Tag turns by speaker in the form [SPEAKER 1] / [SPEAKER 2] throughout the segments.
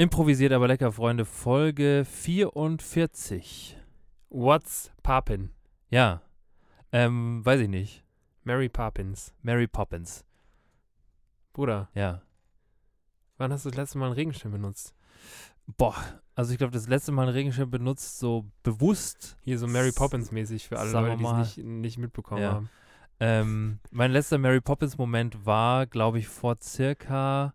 [SPEAKER 1] Improvisiert aber lecker, Freunde. Folge 44.
[SPEAKER 2] What's Papin?
[SPEAKER 1] Ja. Ähm, weiß ich nicht.
[SPEAKER 2] Mary Poppins.
[SPEAKER 1] Mary Poppins.
[SPEAKER 2] Bruder,
[SPEAKER 1] Ja.
[SPEAKER 2] wann hast du das letzte Mal einen Regenschirm benutzt?
[SPEAKER 1] Boah. Also ich glaube, das letzte Mal einen Regenschirm benutzt, so bewusst.
[SPEAKER 2] Hier so Mary Poppins mäßig für alle
[SPEAKER 1] Sagen
[SPEAKER 2] Leute, die
[SPEAKER 1] wir mal.
[SPEAKER 2] es nicht, nicht mitbekommen
[SPEAKER 1] Ja.
[SPEAKER 2] haben.
[SPEAKER 1] Ähm, mein letzter Mary Poppins-Moment war, glaube ich, vor circa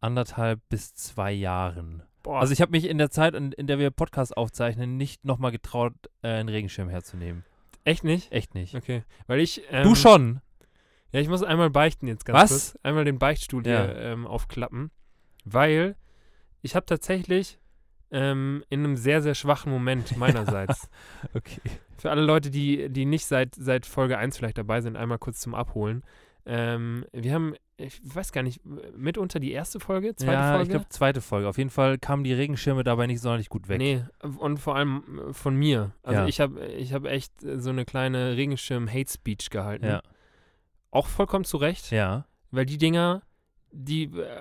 [SPEAKER 1] anderthalb bis zwei Jahren.
[SPEAKER 2] Boah,
[SPEAKER 1] Also ich habe mich in der Zeit, in, in der wir Podcast aufzeichnen, nicht nochmal getraut, äh, einen Regenschirm herzunehmen.
[SPEAKER 2] echt nicht?
[SPEAKER 1] Echt nicht.
[SPEAKER 2] Okay, weil ich ähm,
[SPEAKER 1] Du schon.
[SPEAKER 2] Ja, ich muss einmal beichten jetzt ganz
[SPEAKER 1] Was?
[SPEAKER 2] kurz. Einmal den Beichtstuhl
[SPEAKER 1] Ja.
[SPEAKER 2] hier ähm, aufklappen, weil ich habe tatsächlich ähm, in einem sehr, sehr schwachen Moment meinerseits.
[SPEAKER 1] Okay.
[SPEAKER 2] Für alle Leute, die, die nicht seit, seit Folge 1 vielleicht dabei sind, einmal kurz zum Abholen. Ähm, wir haben, ich weiß gar nicht, mitunter die erste Folge, zweite
[SPEAKER 1] ja,
[SPEAKER 2] Folge?
[SPEAKER 1] ich glaube zweite Folge. Auf jeden Fall kamen die Regenschirme dabei nicht sonderlich gut weg.
[SPEAKER 2] Nee, und vor allem äh, von mir. Also
[SPEAKER 1] Ja.
[SPEAKER 2] ich habe ich hab echt äh, so eine kleine Regenschirm-Hate-Speech gehalten.
[SPEAKER 1] Ja.
[SPEAKER 2] Auch vollkommen zu Recht,
[SPEAKER 1] Ja.
[SPEAKER 2] weil die Dinger, die, äh,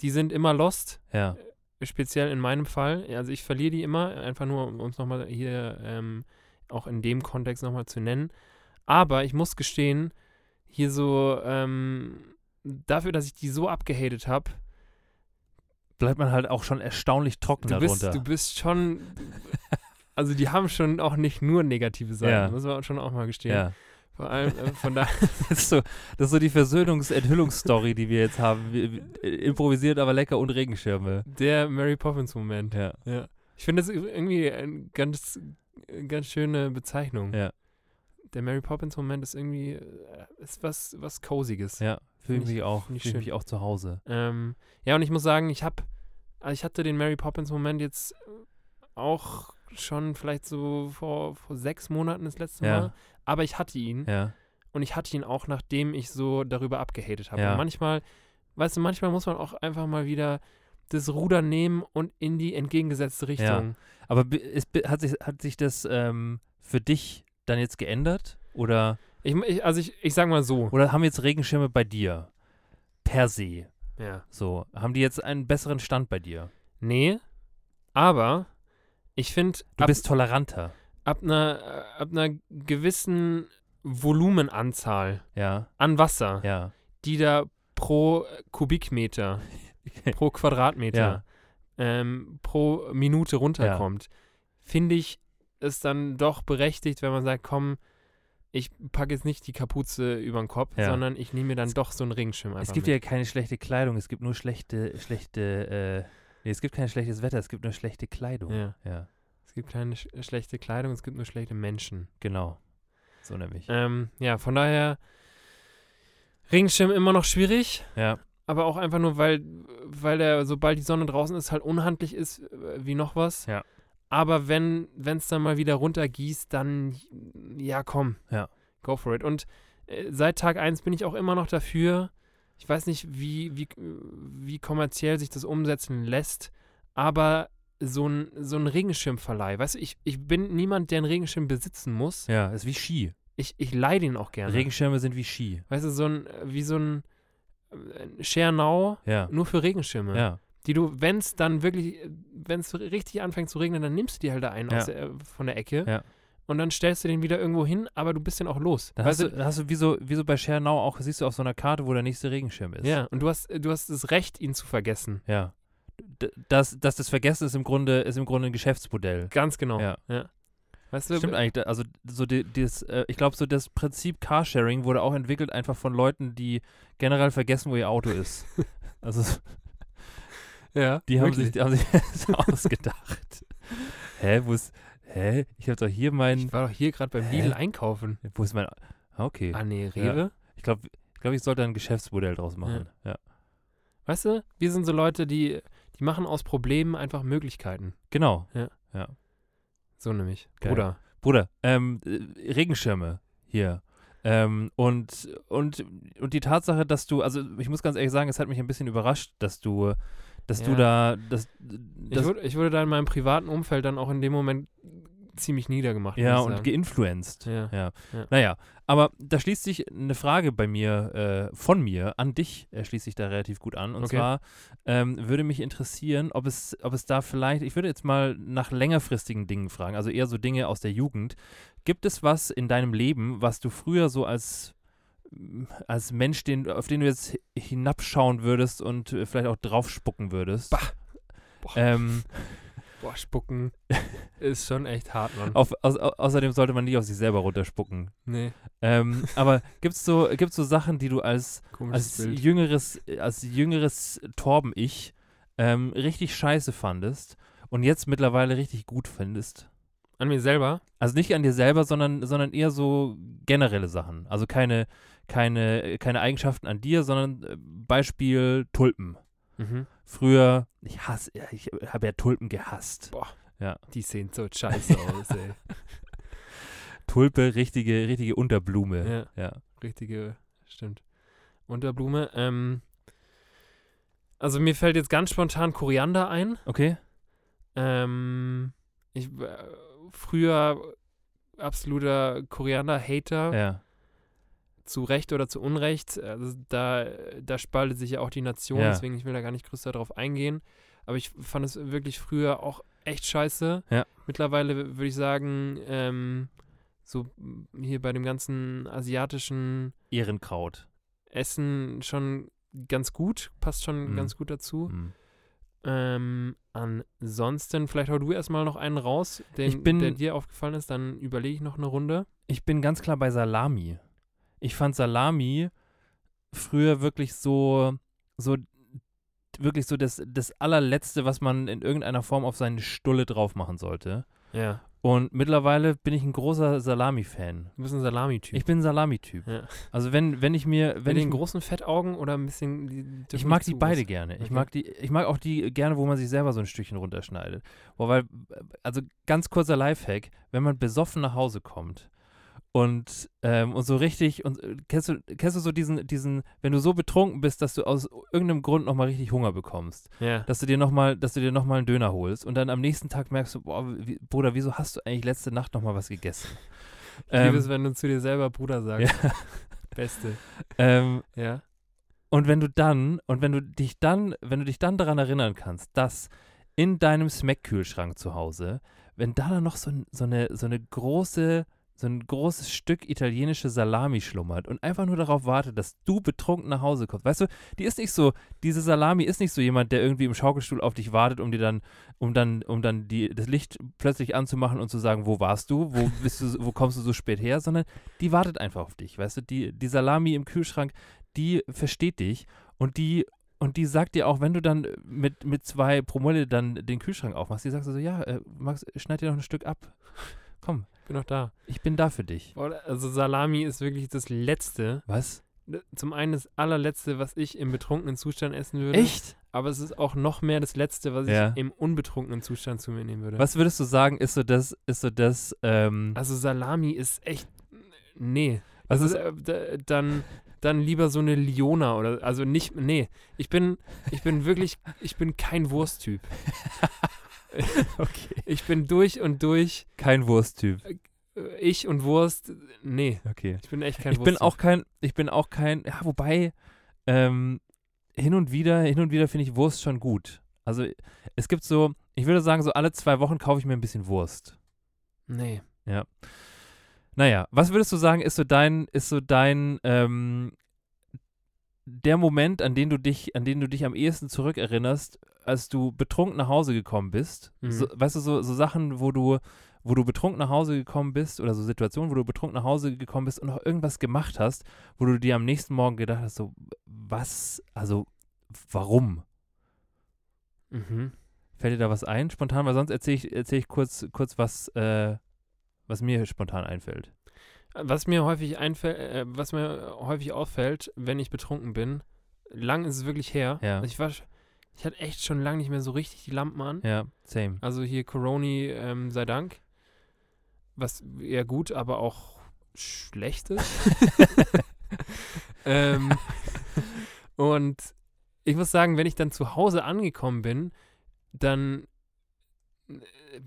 [SPEAKER 2] die sind immer lost,
[SPEAKER 1] Ja.
[SPEAKER 2] speziell in meinem Fall. Also ich verliere die immer, einfach nur, um uns nochmal hier ähm, auch in dem Kontext nochmal zu nennen. Aber ich muss gestehen, hier so, ähm, dafür, dass ich die so abgehatet habe,
[SPEAKER 1] Bleibt man halt auch schon erstaunlich trocken
[SPEAKER 2] du bist,
[SPEAKER 1] darunter.
[SPEAKER 2] Du bist schon. Also die haben schon auch nicht nur negative Seiten,
[SPEAKER 1] Ja.
[SPEAKER 2] muss man schon auch mal gestehen.
[SPEAKER 1] ja.
[SPEAKER 2] Vor allem äh, von daher.
[SPEAKER 1] Das ist so, das ist so die Versöhnungs-Enthüllungsstory, die wir jetzt haben. Wir, äh, improvisiert, aber lecker und Regenschirme.
[SPEAKER 2] der Mary Poppins-Moment.
[SPEAKER 1] Ja.
[SPEAKER 2] Ja. Ich finde das irgendwie eine ganz, äh, ganz schöne Bezeichnung.
[SPEAKER 1] Ja.
[SPEAKER 2] Der Mary Poppins-Moment ist irgendwie äh, ist was, was Coziges.
[SPEAKER 1] Ja. Fühle
[SPEAKER 2] Finde ich-
[SPEAKER 1] mich auch,
[SPEAKER 2] finde ich
[SPEAKER 1] fühle
[SPEAKER 2] schön.
[SPEAKER 1] mich auch zu Hause.
[SPEAKER 2] Ähm, ja, und ich muss sagen, ich habe, also ich hatte den Mary Poppins-Moment jetzt auch schon vielleicht so vor, vor sechs Monaten das letzte
[SPEAKER 1] Ja.
[SPEAKER 2] Mal, aber ich hatte ihn.
[SPEAKER 1] Ja.
[SPEAKER 2] Und ich hatte ihn auch, nachdem ich so darüber abgehatet habe.
[SPEAKER 1] Ja.
[SPEAKER 2] Und manchmal, weißt du, manchmal muss man auch einfach mal wieder das Ruder nehmen und in die entgegengesetzte Richtung.
[SPEAKER 1] Aber bi- ist, bi- hat, sich, hat sich das ähm, für dich dann jetzt geändert? Oder,
[SPEAKER 2] Ich, ich, also ich, ich sag mal so.
[SPEAKER 1] oder haben jetzt Regenschirme bei dir? Per se.
[SPEAKER 2] Ja.
[SPEAKER 1] So. Haben die jetzt einen besseren Stand bei dir?
[SPEAKER 2] Nee, aber ich finde,
[SPEAKER 1] Du
[SPEAKER 2] ab,
[SPEAKER 1] bist toleranter.
[SPEAKER 2] ab einer, ab einer gewissen Volumenanzahl
[SPEAKER 1] Ja.
[SPEAKER 2] an Wasser,
[SPEAKER 1] Ja.
[SPEAKER 2] die da pro äh, Kubikmeter, pro Quadratmeter, ähm, pro Minute runterkommt, finde ich es dann doch berechtigt, wenn man sagt, komm, ich packe jetzt nicht die Kapuze über den Kopf,
[SPEAKER 1] Ja.
[SPEAKER 2] sondern ich nehme mir dann doch so einen Regenschirm einfach
[SPEAKER 1] Es gibt
[SPEAKER 2] mit.
[SPEAKER 1] ja keine schlechte Kleidung, es gibt nur schlechte, schlechte, äh, nee, es gibt kein schlechtes Wetter, es gibt nur schlechte Kleidung.
[SPEAKER 2] ja.
[SPEAKER 1] Ja,
[SPEAKER 2] Es gibt keine sch schlechte Kleidung, es gibt nur schlechte Menschen.
[SPEAKER 1] genau. So nämlich.
[SPEAKER 2] Ähm, ja, von daher Regenschirm immer noch schwierig,
[SPEAKER 1] Ja,
[SPEAKER 2] aber auch einfach nur, weil, weil er, sobald die Sonne draußen ist, halt unhandlich ist äh, wie noch was.
[SPEAKER 1] Ja.
[SPEAKER 2] Aber wenn es dann mal wieder runtergießt, dann ja, komm.
[SPEAKER 1] Ja.
[SPEAKER 2] Go for it. Und äh, seit Tag 1 bin ich auch immer noch dafür. Ich weiß nicht, wie, wie, wie kommerziell sich das umsetzen lässt, aber so ein, so ein Regenschirmverleih. Weißt du, ich, ich bin niemand, der einen Regenschirm besitzen muss.
[SPEAKER 1] ja, ist wie Ski.
[SPEAKER 2] Ich, ich leihe den auch gerne.
[SPEAKER 1] Regenschirme sind wie Ski.
[SPEAKER 2] Weißt du, so ein, wie so ein äh, Schernau,
[SPEAKER 1] Ja,
[SPEAKER 2] nur für Regenschirme.
[SPEAKER 1] ja,
[SPEAKER 2] Die du, wenn es dann wirklich, wenn es richtig anfängt zu regnen, dann nimmst du die halt da einen
[SPEAKER 1] Ja.
[SPEAKER 2] aus der, von der Ecke
[SPEAKER 1] Ja.
[SPEAKER 2] und dann stellst du den wieder irgendwo hin, aber du bist den auch los.
[SPEAKER 1] Da hast du, da hast du wie so, wie so bei Schernau auch, siehst du auf so einer Karte, wo der nächste Regenschirm ist.
[SPEAKER 2] ja, und du hast, du hast das Recht, ihn zu vergessen.
[SPEAKER 1] Ja. D das, das, das Vergessen ist im Grunde, ist im Grunde ein Geschäftsmodell.
[SPEAKER 2] Ganz genau.
[SPEAKER 1] Ja.
[SPEAKER 2] Weißt du,
[SPEAKER 1] Stimmt eigentlich, da- also so die, dieses, äh, ich glaube, so das Prinzip Carsharing wurde auch entwickelt einfach von Leuten, die generell vergessen, wo ihr Auto ist. also
[SPEAKER 2] ja,
[SPEAKER 1] Die haben
[SPEAKER 2] wirklich.
[SPEAKER 1] sich, die haben sich das ausgedacht. hä, wo ist, hä? Ich habe doch hier meinen,
[SPEAKER 2] Ich war doch hier gerade beim
[SPEAKER 1] Hä?
[SPEAKER 2] Lidl einkaufen.
[SPEAKER 1] wo ist mein, ah, okay.
[SPEAKER 2] Ah, nee, Rewe.
[SPEAKER 1] Ich glaube, ich, glaub, ich sollte ein Geschäftsmodell draus machen. Ja.
[SPEAKER 2] Weißt du, wir sind so Leute, die, die machen aus Problemen einfach Möglichkeiten.
[SPEAKER 1] Genau.
[SPEAKER 2] Ja.
[SPEAKER 1] ja.
[SPEAKER 2] So nämlich.
[SPEAKER 1] Geil.
[SPEAKER 2] Bruder.
[SPEAKER 1] Bruder, ähm, äh, Regenschirme hier. Ähm, und, und, und die Tatsache, dass du, also ich muss ganz ehrlich sagen, es hat mich ein bisschen überrascht, dass du, dass du
[SPEAKER 2] Ja.
[SPEAKER 1] da, dass,
[SPEAKER 2] Ich
[SPEAKER 1] dass
[SPEAKER 2] wurde, ich wurde da in meinem privaten Umfeld dann auch in dem Moment ziemlich niedergemacht.
[SPEAKER 1] ja,
[SPEAKER 2] muss ich
[SPEAKER 1] und
[SPEAKER 2] sagen.
[SPEAKER 1] geinfluenced.
[SPEAKER 2] ja.
[SPEAKER 1] Naja, aber da schließt sich eine Frage bei mir, äh, von mir, an dich äh, schließt sich da relativ gut an. Und
[SPEAKER 2] Okay.
[SPEAKER 1] zwar ähm, würde mich interessieren, ob es, ob es da vielleicht, ich würde jetzt mal nach längerfristigen Dingen fragen, also eher so Dinge aus der Jugend. Gibt es was in deinem Leben, was du früher so als, m, als Mensch, den, auf den du jetzt hi- hinabschauen würdest und äh, vielleicht auch draufspucken würdest?
[SPEAKER 2] Bah. Boah.
[SPEAKER 1] Ähm,
[SPEAKER 2] Boah, spucken ist schon echt hart, Mann.
[SPEAKER 1] auf, au, au, außerdem sollte man nicht auf sich selber runterspucken.
[SPEAKER 2] Nee,
[SPEAKER 1] Ähm, aber gibt es so, gibt's so Sachen, die du als als
[SPEAKER 2] komisches Bild.
[SPEAKER 1] jüngeres, als jüngeres Torben-Ich ähm, richtig scheiße fandest und jetzt mittlerweile richtig gut findest.
[SPEAKER 2] An mir selber?
[SPEAKER 1] Also nicht an dir selber, sondern, sondern eher so generelle Sachen. Also keine, keine, keine Eigenschaften an dir, sondern äh, Beispiel Tulpen.
[SPEAKER 2] Mhm.
[SPEAKER 1] Früher, ich hasse, ja, ich habe ja Tulpen gehasst.
[SPEAKER 2] Boah. Die sehen so scheiße aus, ey.
[SPEAKER 1] Tulpe, richtige, richtige Unterblume.
[SPEAKER 2] Ja,
[SPEAKER 1] Ja.
[SPEAKER 2] richtige, stimmt. Unterblume. Ähm, also mir fällt jetzt ganz spontan Koriander ein.
[SPEAKER 1] Okay?
[SPEAKER 2] Ähm, ich war früher absoluter Koriander-Hater,
[SPEAKER 1] Ja.
[SPEAKER 2] zu Recht oder zu Unrecht. Also da, da spaltet sich ja auch die Nation,
[SPEAKER 1] Ja.
[SPEAKER 2] deswegen ich will da gar nicht größer drauf eingehen. Aber ich fand es wirklich früher auch echt scheiße.
[SPEAKER 1] Ja.
[SPEAKER 2] Mittlerweile würde ich sagen, ähm, so hier bei dem ganzen asiatischen
[SPEAKER 1] Ehrenkraut.
[SPEAKER 2] Essen schon ganz gut, passt schon
[SPEAKER 1] Mhm.
[SPEAKER 2] ganz gut dazu.
[SPEAKER 1] Hm.
[SPEAKER 2] Ähm, ansonsten, vielleicht hau du erstmal noch einen raus, den,
[SPEAKER 1] Ich bin-
[SPEAKER 2] der dir aufgefallen ist, dann überlege ich noch eine Runde.
[SPEAKER 1] ich bin ganz klar bei Salami. Ich fand Salami früher wirklich so, so wirklich so das, das allerletzte, was man in irgendeiner Form auf seine Stulle drauf machen sollte.
[SPEAKER 2] Ja.
[SPEAKER 1] Und mittlerweile bin ich ein großer Salami-Fan.
[SPEAKER 2] Du bist ein Salami-Typ.
[SPEAKER 1] Ich bin ein Salami-Typ.
[SPEAKER 2] Ja.
[SPEAKER 1] Also wenn, wenn ich mir, wenn
[SPEAKER 2] Mit
[SPEAKER 1] ich,
[SPEAKER 2] den großen Fettaugen oder ein bisschen. die- die
[SPEAKER 1] ich
[SPEAKER 2] dürfen
[SPEAKER 1] mag
[SPEAKER 2] nicht
[SPEAKER 1] die
[SPEAKER 2] zu
[SPEAKER 1] beide
[SPEAKER 2] groß.
[SPEAKER 1] gerne. Ich
[SPEAKER 2] Okay.
[SPEAKER 1] mag die, ich mag auch die gerne, wo man sich selber so ein Stückchen runterschneidet. Boah, weil, also ganz kurzer Lifehack, wenn man besoffen nach Hause kommt und, ähm, und so richtig, und äh, kennst du, kennst du so diesen, diesen, wenn du so betrunken bist, dass du aus irgendeinem Grund nochmal richtig Hunger bekommst,
[SPEAKER 2] Ja.
[SPEAKER 1] dass du dir nochmal, dass du dir noch mal einen Döner holst und dann am nächsten Tag merkst du, boah, wie, Bruder, wieso hast du eigentlich letzte Nacht nochmal was gegessen?
[SPEAKER 2] Ich liebe es, wenn du zu dir selber Bruder sagst. Beste.
[SPEAKER 1] ähm,
[SPEAKER 2] Ja.
[SPEAKER 1] Und wenn du dann, und wenn du dich dann, wenn du dich dann daran erinnern kannst, dass in deinem Smack-Kühlschrank zu Hause, wenn da dann noch so, ein- so eine, so eine große, so ein großes Stück italienische Salami schlummert und einfach nur darauf wartet, dass du betrunken nach Hause kommst. Weißt du, die ist nicht so, diese Salami ist nicht so jemand, der irgendwie im Schaukelstuhl auf dich wartet, um dir dann, um dann, um dann die, das Licht plötzlich anzumachen und zu sagen, wo warst du, wo bist du, wo kommst du so spät her, sondern die wartet einfach auf dich, weißt du, die, die Salami im Kühlschrank die versteht dich und die und die sagt dir auch, wenn du dann mit, mit zwei Promille dann den Kühlschrank aufmachst, die sagt so, ja, äh, Max, schneid dir noch ein Stück ab. Komm,
[SPEAKER 2] Bin noch da.
[SPEAKER 1] ich bin da für dich.
[SPEAKER 2] Boah, Also Salami ist wirklich das Letzte. Ne,
[SPEAKER 1] Was?
[SPEAKER 2] Zum einen das allerletzte, was ich im betrunkenen Zustand essen würde.
[SPEAKER 1] Echt?
[SPEAKER 2] Aber es ist auch noch mehr das Letzte, was
[SPEAKER 1] Ja.
[SPEAKER 2] ich im unbetrunkenen Zustand zu mir nehmen würde.
[SPEAKER 1] Was würdest du sagen, ist so das, ist so das, ähm,
[SPEAKER 2] Also Salami ist echt. Nee.
[SPEAKER 1] also,
[SPEAKER 2] Also äh, d- dann, dann lieber so eine Liona oder also nicht. Nee, ich bin, ich bin wirklich, ich bin kein Wursttyp.
[SPEAKER 1] okay.
[SPEAKER 2] Ich bin durch und durch.
[SPEAKER 1] Kein Wursttyp.
[SPEAKER 2] äh, Ich und Wurst. äh, Nee,
[SPEAKER 1] Okay.
[SPEAKER 2] ich bin echt kein
[SPEAKER 1] Ich bin auch kein, ich bin auch kein, ja, wobei, ähm, hin und wieder, hin und wieder finde ich Wurst schon gut. Also, es gibt so, ich würde sagen, so alle zwei Wochen kaufe ich mir ein bisschen Wurst.
[SPEAKER 2] Nee.
[SPEAKER 1] Naja, was würdest du sagen, ist so dein, ist so dein, ähm, der Moment, an den du dich, an den du dich am ehesten zurückerinnerst, als du betrunken nach Hause gekommen bist?
[SPEAKER 2] Mhm.
[SPEAKER 1] So, weißt du, so, so Sachen, wo du, wo du betrunken nach Hause gekommen bist oder so Situationen, wo du betrunken nach Hause gekommen bist und noch irgendwas gemacht hast, wo du dir am nächsten Morgen gedacht hast, so, was, also, warum?
[SPEAKER 2] Mhm.
[SPEAKER 1] Fällt dir da was ein spontan? Weil sonst erzähle ich, erzähl ich kurz, kurz was, äh, was mir spontan einfällt.
[SPEAKER 2] Was mir häufig einfällt, äh, was mir häufig auffällt, wenn ich betrunken bin, lang ist es wirklich her.
[SPEAKER 1] Ja.
[SPEAKER 2] Also ich war, sch- ich hatte echt schon lange nicht mehr so richtig die Lampen an.
[SPEAKER 1] Ja, same.
[SPEAKER 2] Also hier Coroni, ähm, sei Dank. was eher gut, aber auch schlecht ist. ähm, und ich muss sagen, wenn ich dann zu Hause angekommen bin, dann äh,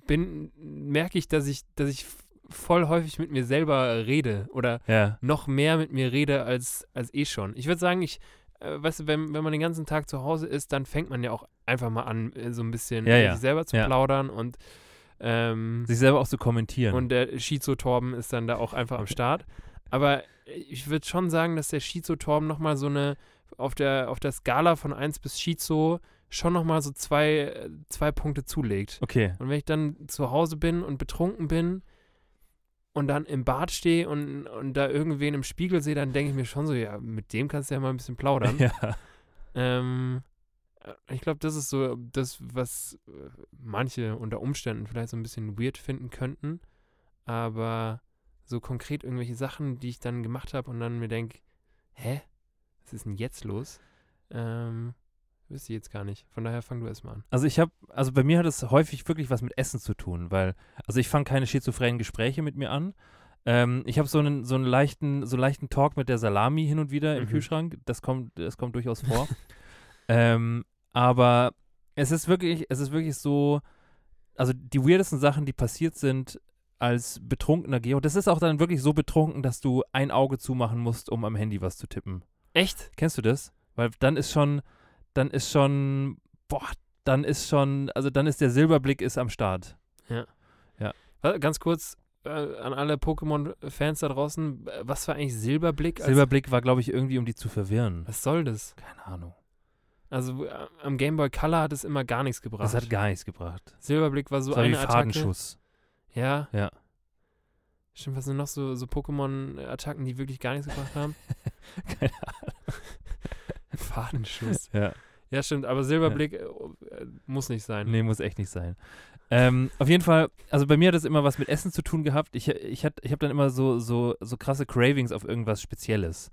[SPEAKER 2] bin, merke ich, dass ich, dass ich voll häufig mit mir selber rede oder
[SPEAKER 1] Ja.
[SPEAKER 2] noch mehr mit mir rede als, als eh schon. Ich würde sagen, ich, äh, weißt du, wenn, wenn man den ganzen Tag zu Hause ist, dann fängt man ja auch einfach mal an, äh, so ein bisschen
[SPEAKER 1] Ja,
[SPEAKER 2] mit
[SPEAKER 1] ja.
[SPEAKER 2] sich selber zu
[SPEAKER 1] Ja.
[SPEAKER 2] plaudern und ähm,
[SPEAKER 1] Sich selber auch zu kommentieren.
[SPEAKER 2] und der Schizo-Torben ist dann da auch einfach am Start. Aber ich würde schon sagen, dass der Schizo-Torben nochmal so eine, auf der, auf der Skala von 1 bis Schizo schon nochmal so zwei, äh, zwei Punkte zulegt.
[SPEAKER 1] okay.
[SPEAKER 2] Und wenn ich dann zu Hause bin und betrunken bin und dann im Bad stehe und, und da irgendwen im Spiegel sehe, dann denke ich mir schon so, ja, mit dem kannst du ja mal ein bisschen plaudern.
[SPEAKER 1] Ja.
[SPEAKER 2] Ähm, ich glaube, das ist so das, was äh, manche unter Umständen vielleicht so ein bisschen weird finden könnten. Aber so konkret irgendwelche Sachen, die ich dann gemacht habe und dann mir denke, hä? Was ist denn jetzt los? Ähm, wüsste ich jetzt gar nicht. Von daher fang du erstmal an.
[SPEAKER 1] Also ich habe, also bei mir hat es häufig wirklich was mit Essen zu tun, weil, also ich fange keine schizophrenen Gespräche mit mir an. Ähm, ich habe so einen, so einen leichten, so leichten Talk mit der Salami hin und wieder im
[SPEAKER 2] Mhm.
[SPEAKER 1] Kühlschrank. Das kommt, das kommt durchaus vor. ähm, aber es ist wirklich, es ist wirklich so, also die weirdesten Sachen, die passiert sind als betrunkener Geo, das ist auch dann wirklich so betrunken, dass du ein Auge zumachen musst, um am Handy was zu tippen.
[SPEAKER 2] Echt?
[SPEAKER 1] Kennst du das? Weil dann ist schon, dann ist schon, boah, dann ist schon, also dann ist der Silberblick ist am Start.
[SPEAKER 2] Wa- Ganz kurz äh, an alle Pokémon-Fans da draußen, äh, was war eigentlich Silberblick? als-
[SPEAKER 1] Silberblick war, glaube ich, irgendwie, um die zu verwirren.
[SPEAKER 2] Was soll das?
[SPEAKER 1] Keine Ahnung.
[SPEAKER 2] Also äh, am Game Boy Color hat es immer gar nichts gebracht.
[SPEAKER 1] Das hat gar nichts gebracht.
[SPEAKER 2] Silberblick war so
[SPEAKER 1] das war wie
[SPEAKER 2] eine Attacke.
[SPEAKER 1] Fadenschuss.
[SPEAKER 2] Ja.
[SPEAKER 1] Ja.
[SPEAKER 2] Stimmt, was sind noch so, so Pokémon-Attacken, die wirklich gar nichts gebracht haben?
[SPEAKER 1] Keine
[SPEAKER 2] Fadenschuss.
[SPEAKER 1] Ja.
[SPEAKER 2] Ja, stimmt, aber Silberblick äh, äh, muss nicht sein.
[SPEAKER 1] Nee, muss echt nicht sein. Ähm, auf jeden Fall, also bei mir hat das immer was mit Essen zu tun gehabt. Ich, ich, hat- ich habe dann immer so, so, so krasse Cravings auf irgendwas Spezielles.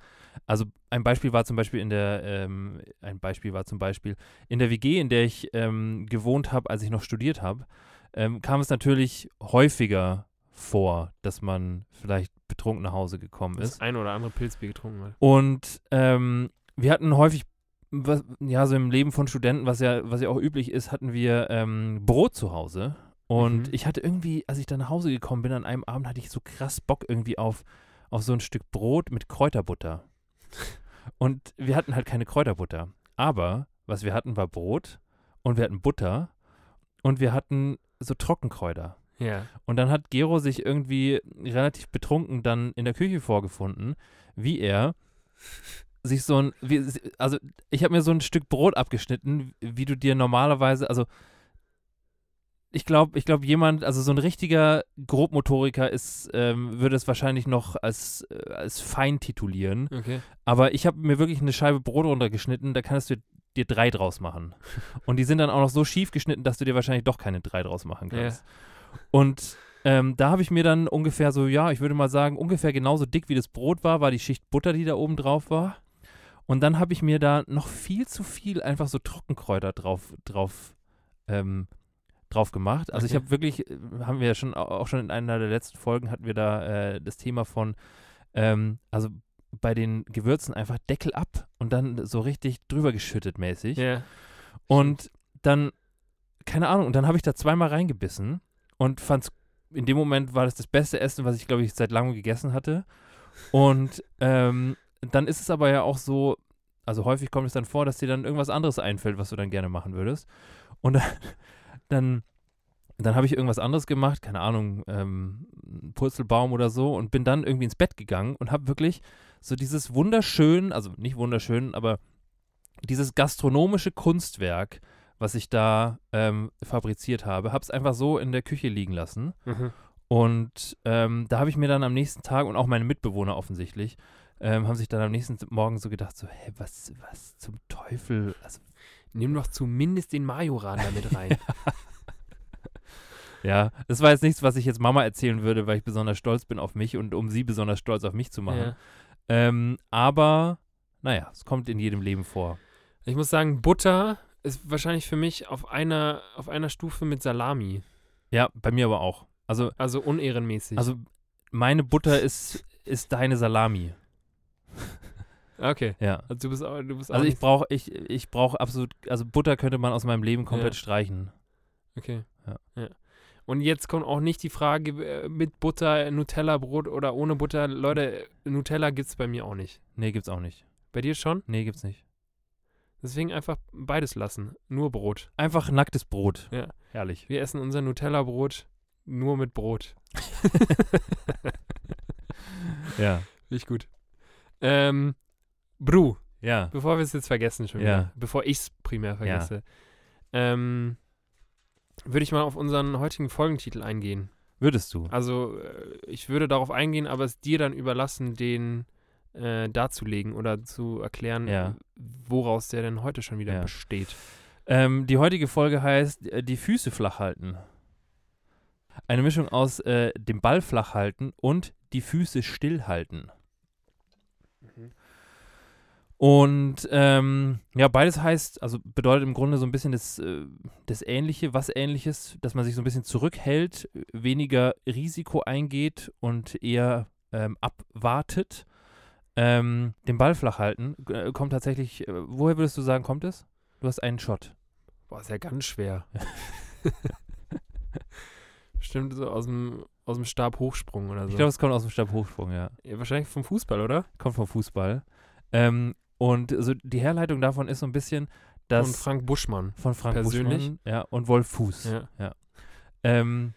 [SPEAKER 1] Also ein Beispiel war zum Beispiel in der, ähm, ein Beispiel war zum Beispiel in der WG, in der ich ähm, gewohnt habe, als ich noch studiert habe, ähm, kam es natürlich häufiger vor, dass man vielleicht betrunken nach Hause gekommen ist.
[SPEAKER 2] Das ein oder andere Pilzbier getrunken hat.
[SPEAKER 1] Und ähm, wir hatten häufig, was, ja, so im Leben von Studenten, was ja, was ja auch üblich ist, hatten wir ähm, Brot zu Hause. Und
[SPEAKER 2] Mhm.
[SPEAKER 1] ich hatte irgendwie, als ich dann nach Hause gekommen bin, an einem Abend hatte ich so krass Bock irgendwie auf, auf so ein Stück Brot mit Kräuterbutter. Und wir hatten halt keine Kräuterbutter. Aber was wir hatten, war Brot und wir hatten Butter und wir hatten so Trockenkräuter.
[SPEAKER 2] Ja.
[SPEAKER 1] Und dann hat Gero sich irgendwie relativ betrunken dann in der Küche vorgefunden, wie er sich so ein, wie, also ich habe mir so ein Stück Brot abgeschnitten, wie du dir normalerweise, also ich glaube, ich glaube jemand, also so ein richtiger Grobmotoriker ist, ähm, würde es wahrscheinlich noch als, äh, als fein titulieren.
[SPEAKER 2] Okay.
[SPEAKER 1] Aber ich habe mir wirklich eine Scheibe Brot runtergeschnitten, da kannst du dir drei draus machen. Und die sind dann auch noch so schief geschnitten, dass du dir wahrscheinlich doch keine drei draus machen
[SPEAKER 2] Ja.
[SPEAKER 1] kannst. Und ähm, da habe ich mir dann ungefähr so, ja, ich würde mal sagen, ungefähr genauso dick wie das Brot war, war die Schicht Butter, die da oben drauf war. Und dann habe ich mir da noch viel zu viel einfach so Trockenkräuter drauf, drauf, ähm, drauf gemacht. Also ich
[SPEAKER 2] Okay.
[SPEAKER 1] habe wirklich, äh, haben wir ja schon au- auch schon in einer der letzten Folgen hatten wir da äh, das Thema von, ähm, also bei den Gewürzen einfach Deckel ab und dann so richtig drüber geschüttet mäßig.
[SPEAKER 2] Ja.
[SPEAKER 1] Und dann, keine Ahnung, und dann habe ich da zweimal reingebissen und fand's, in dem Moment war das das beste Essen, was ich, glaube ich, seit langem gegessen hatte. Und ähm, dann ist es aber ja auch so, also häufig kommt es dann vor, dass dir dann irgendwas anderes einfällt, was du dann gerne machen würdest. Und dann, dann, dann habe ich irgendwas anderes gemacht, keine Ahnung, ähm, einen Purzelbaum oder so und bin dann irgendwie ins Bett gegangen und habe wirklich so dieses wunderschön, also nicht wunderschön, aber dieses gastronomische Kunstwerk, was ich da ähm, fabriziert habe, habe es einfach so in der Küche liegen lassen.
[SPEAKER 2] Mhm.
[SPEAKER 1] Und ähm, da habe ich mir dann am nächsten Tag und auch meine Mitbewohner offensichtlich, ähm, haben sich dann am nächsten Morgen so gedacht, so, hä, was, was zum Teufel? Also,
[SPEAKER 2] Nimm doch zumindest den Majoran da mit rein.
[SPEAKER 1] ja, das war jetzt nichts, was ich jetzt Mama erzählen würde, weil ich besonders stolz bin auf mich und um sie besonders stolz auf mich zu machen.
[SPEAKER 2] ja.
[SPEAKER 1] Ähm, aber, naja, es kommt in jedem Leben vor.
[SPEAKER 2] Ich muss sagen, Butter ist wahrscheinlich für mich auf einer, auf einer Stufe mit Salami.
[SPEAKER 1] Ja, bei mir aber auch. Also,
[SPEAKER 2] Also unehrenmäßig.
[SPEAKER 1] also meine Butter ist, ist deine Salami.
[SPEAKER 2] okay.
[SPEAKER 1] Ja.
[SPEAKER 2] Also du bist auch, du bist auch
[SPEAKER 1] Also ich
[SPEAKER 2] nicht-
[SPEAKER 1] brauche ich, ich brauch absolut, also Butter könnte man aus meinem Leben komplett
[SPEAKER 2] Ja.
[SPEAKER 1] streichen.
[SPEAKER 2] Okay.
[SPEAKER 1] Ja.
[SPEAKER 2] Und jetzt kommt auch nicht die Frage äh, mit Butter, Nutella-Brot oder ohne Butter. Leute, Nutella gibt es bei mir auch nicht.
[SPEAKER 1] Nee, gibt's auch nicht.
[SPEAKER 2] Bei dir schon?
[SPEAKER 1] Nee, gibt's nicht.
[SPEAKER 2] Deswegen einfach beides lassen. Nur Brot.
[SPEAKER 1] Einfach nacktes Brot.
[SPEAKER 2] Ja.
[SPEAKER 1] Herrlich.
[SPEAKER 2] Wir essen unser Nutella-Brot nur mit Brot.
[SPEAKER 1] Ja.
[SPEAKER 2] Richtig gut. Ähm, Bru,
[SPEAKER 1] Ja.
[SPEAKER 2] bevor wir es jetzt vergessen schon
[SPEAKER 1] Ja.
[SPEAKER 2] wieder, bevor ich es primär vergesse, ähm, würde ich mal auf unseren heutigen Folgentitel eingehen.
[SPEAKER 1] Würdest du?
[SPEAKER 2] Also äh, ich würde darauf eingehen, aber es dir dann überlassen, den äh, darzulegen oder zu erklären,
[SPEAKER 1] Ja.
[SPEAKER 2] woraus der denn heute schon wieder
[SPEAKER 1] Ja.
[SPEAKER 2] besteht.
[SPEAKER 1] Ähm, die heutige Folge heißt äh, Die Füße flach halten. Eine Mischung aus äh, dem Ball flach halten und die Füße still halten. Und ähm, ja, beides heißt, also bedeutet im Grunde so ein bisschen das, äh, das Ähnliche, was Ähnliches, dass man sich so ein bisschen zurückhält, weniger Risiko eingeht und eher ähm, abwartet. Ähm, den Ball flach halten äh, kommt tatsächlich, äh, woher würdest du sagen, kommt es? Du hast einen Shot.
[SPEAKER 2] Boah, ist ja ganz schwer. Bestimmt so aus dem, aus dem Stab Hochsprung oder so.
[SPEAKER 1] Ich glaube, es kommt aus dem Stabhochsprung, ja.
[SPEAKER 2] ja, wahrscheinlich vom Fußball, oder?
[SPEAKER 1] Kommt vom Fußball. Ähm, und so die Herleitung davon ist so ein bisschen, dass
[SPEAKER 2] Von Frank Buschmann.
[SPEAKER 1] von Frank
[SPEAKER 2] persönlich.
[SPEAKER 1] Buschmann ja, und Wolf Fuß.
[SPEAKER 2] Ja.
[SPEAKER 1] Ähm,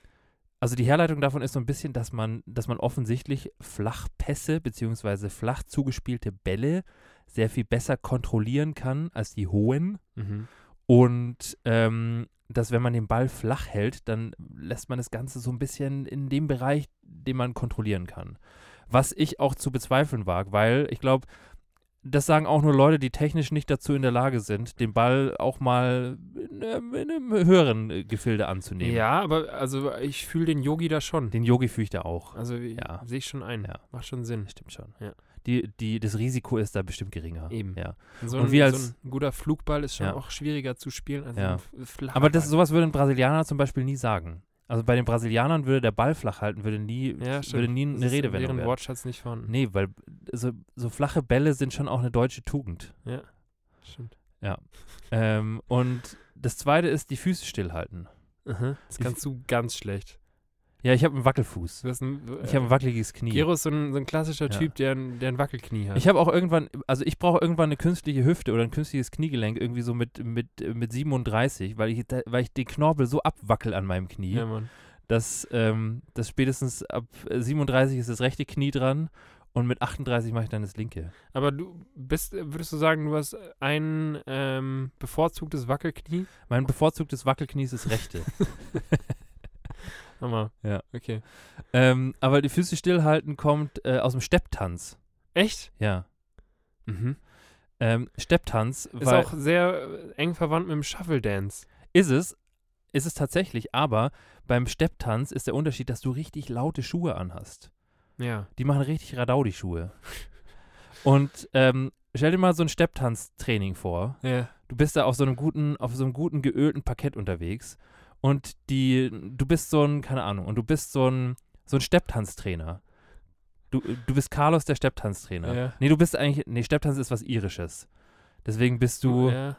[SPEAKER 1] also die Herleitung davon ist so ein bisschen, dass man, dass man offensichtlich Flachpässe bzw. flach zugespielte Bälle sehr viel besser kontrollieren kann als die hohen.
[SPEAKER 2] Mhm.
[SPEAKER 1] Und ähm, dass wenn man den Ball flach hält, dann lässt man das Ganze so ein bisschen in dem Bereich, den man kontrollieren kann. Was ich auch zu bezweifeln wage, weil ich glaube, das sagen auch nur Leute, die technisch nicht dazu in der Lage sind, den Ball auch mal in, einem- in einem höheren äh, Gefilde anzunehmen.
[SPEAKER 2] Ja, aber also ich fühle den Yogi da schon.
[SPEAKER 1] Den Yogi fühle ich da auch.
[SPEAKER 2] Also
[SPEAKER 1] Ja.
[SPEAKER 2] sehe ich schon ein.
[SPEAKER 1] Ja.
[SPEAKER 2] Macht schon Sinn.
[SPEAKER 1] Stimmt schon.
[SPEAKER 2] Ja.
[SPEAKER 1] Die, die, das Risiko ist da bestimmt geringer.
[SPEAKER 2] Eben.
[SPEAKER 1] Ja.
[SPEAKER 2] So
[SPEAKER 1] Und
[SPEAKER 2] ein,
[SPEAKER 1] wir
[SPEAKER 2] so
[SPEAKER 1] als-
[SPEAKER 2] ein guter Flugball ist schon
[SPEAKER 1] Ja.
[SPEAKER 2] auch schwieriger zu spielen als
[SPEAKER 1] Ja.
[SPEAKER 2] ein f- flacher
[SPEAKER 1] Aber das,
[SPEAKER 2] Ball.
[SPEAKER 1] sowas würde ein Brasilianer zum Beispiel nie sagen. Also bei den Brasilianern würde der Ball flach halten, würde nie,
[SPEAKER 2] Ja, stimmt.
[SPEAKER 1] würde nie
[SPEAKER 2] Das
[SPEAKER 1] eine
[SPEAKER 2] ist in
[SPEAKER 1] Redewendung
[SPEAKER 2] deren
[SPEAKER 1] werden.
[SPEAKER 2] Wortschatz nicht vorhanden.
[SPEAKER 1] Nee, weil so, so flache Bälle sind schon auch eine deutsche Tugend.
[SPEAKER 2] Ja, stimmt.
[SPEAKER 1] Ähm, und das zweite ist die Füße stillhalten. Mhm.
[SPEAKER 2] Das kannst du ganz schlecht.
[SPEAKER 1] Ja, ich habe einen Wackelfuß.
[SPEAKER 2] Du hast ein, äh,
[SPEAKER 1] Ich habe ein wackeliges Knie.
[SPEAKER 2] Gero ist so ein, so ein klassischer
[SPEAKER 1] Ja.
[SPEAKER 2] Typ, der ein, der ein Wackelknie hat.
[SPEAKER 1] Ich habe auch irgendwann, also ich brauche irgendwann eine künstliche Hüfte oder ein künstliches Kniegelenk, irgendwie so mit, mit, mit 37, weil ich, da- weil ich den Knorpel so abwackel an meinem Knie,
[SPEAKER 2] ja, Mann.
[SPEAKER 1] dass, ähm, dass spätestens ab äh, 37 ist das rechte Knie dran und mit 38 mache ich dann das linke.
[SPEAKER 2] Aber du bist, würdest du sagen, du hast ein ähm, bevorzugtes Wackelknie?
[SPEAKER 1] Mein bevorzugtes Wackelknie ist das rechte.
[SPEAKER 2] Hammer.
[SPEAKER 1] Ja.
[SPEAKER 2] Okay.
[SPEAKER 1] ähm, aber die Füße stillhalten kommt äh, aus dem Stepptanz.
[SPEAKER 2] Echt?
[SPEAKER 1] Ja.
[SPEAKER 2] Mhm.
[SPEAKER 1] Ähm, Stepptanz,
[SPEAKER 2] Ist
[SPEAKER 1] weil
[SPEAKER 2] auch sehr äh, eng verwandt mit dem Shuffle Dance.
[SPEAKER 1] ist es, ist es tatsächlich, aber beim Stepptanz ist der Unterschied, dass du richtig laute Schuhe anhast.
[SPEAKER 2] Ja.
[SPEAKER 1] Die machen richtig Radau, die Schuhe. Und ähm, stell dir mal so ein Stepptanz-Training vor.
[SPEAKER 2] Ja.
[SPEAKER 1] Du bist da auf so einem guten, auf so einem guten geölten Parkett unterwegs und die, du bist so ein, keine Ahnung, und du bist so ein, so ein Stepptanztrainer. Du, du bist Carlos, der Stepptanztrainer.
[SPEAKER 2] Ja.
[SPEAKER 1] Nee, du bist eigentlich, nee, Stepptanz ist was Irisches. Deswegen bist du,
[SPEAKER 2] Oh, Ja.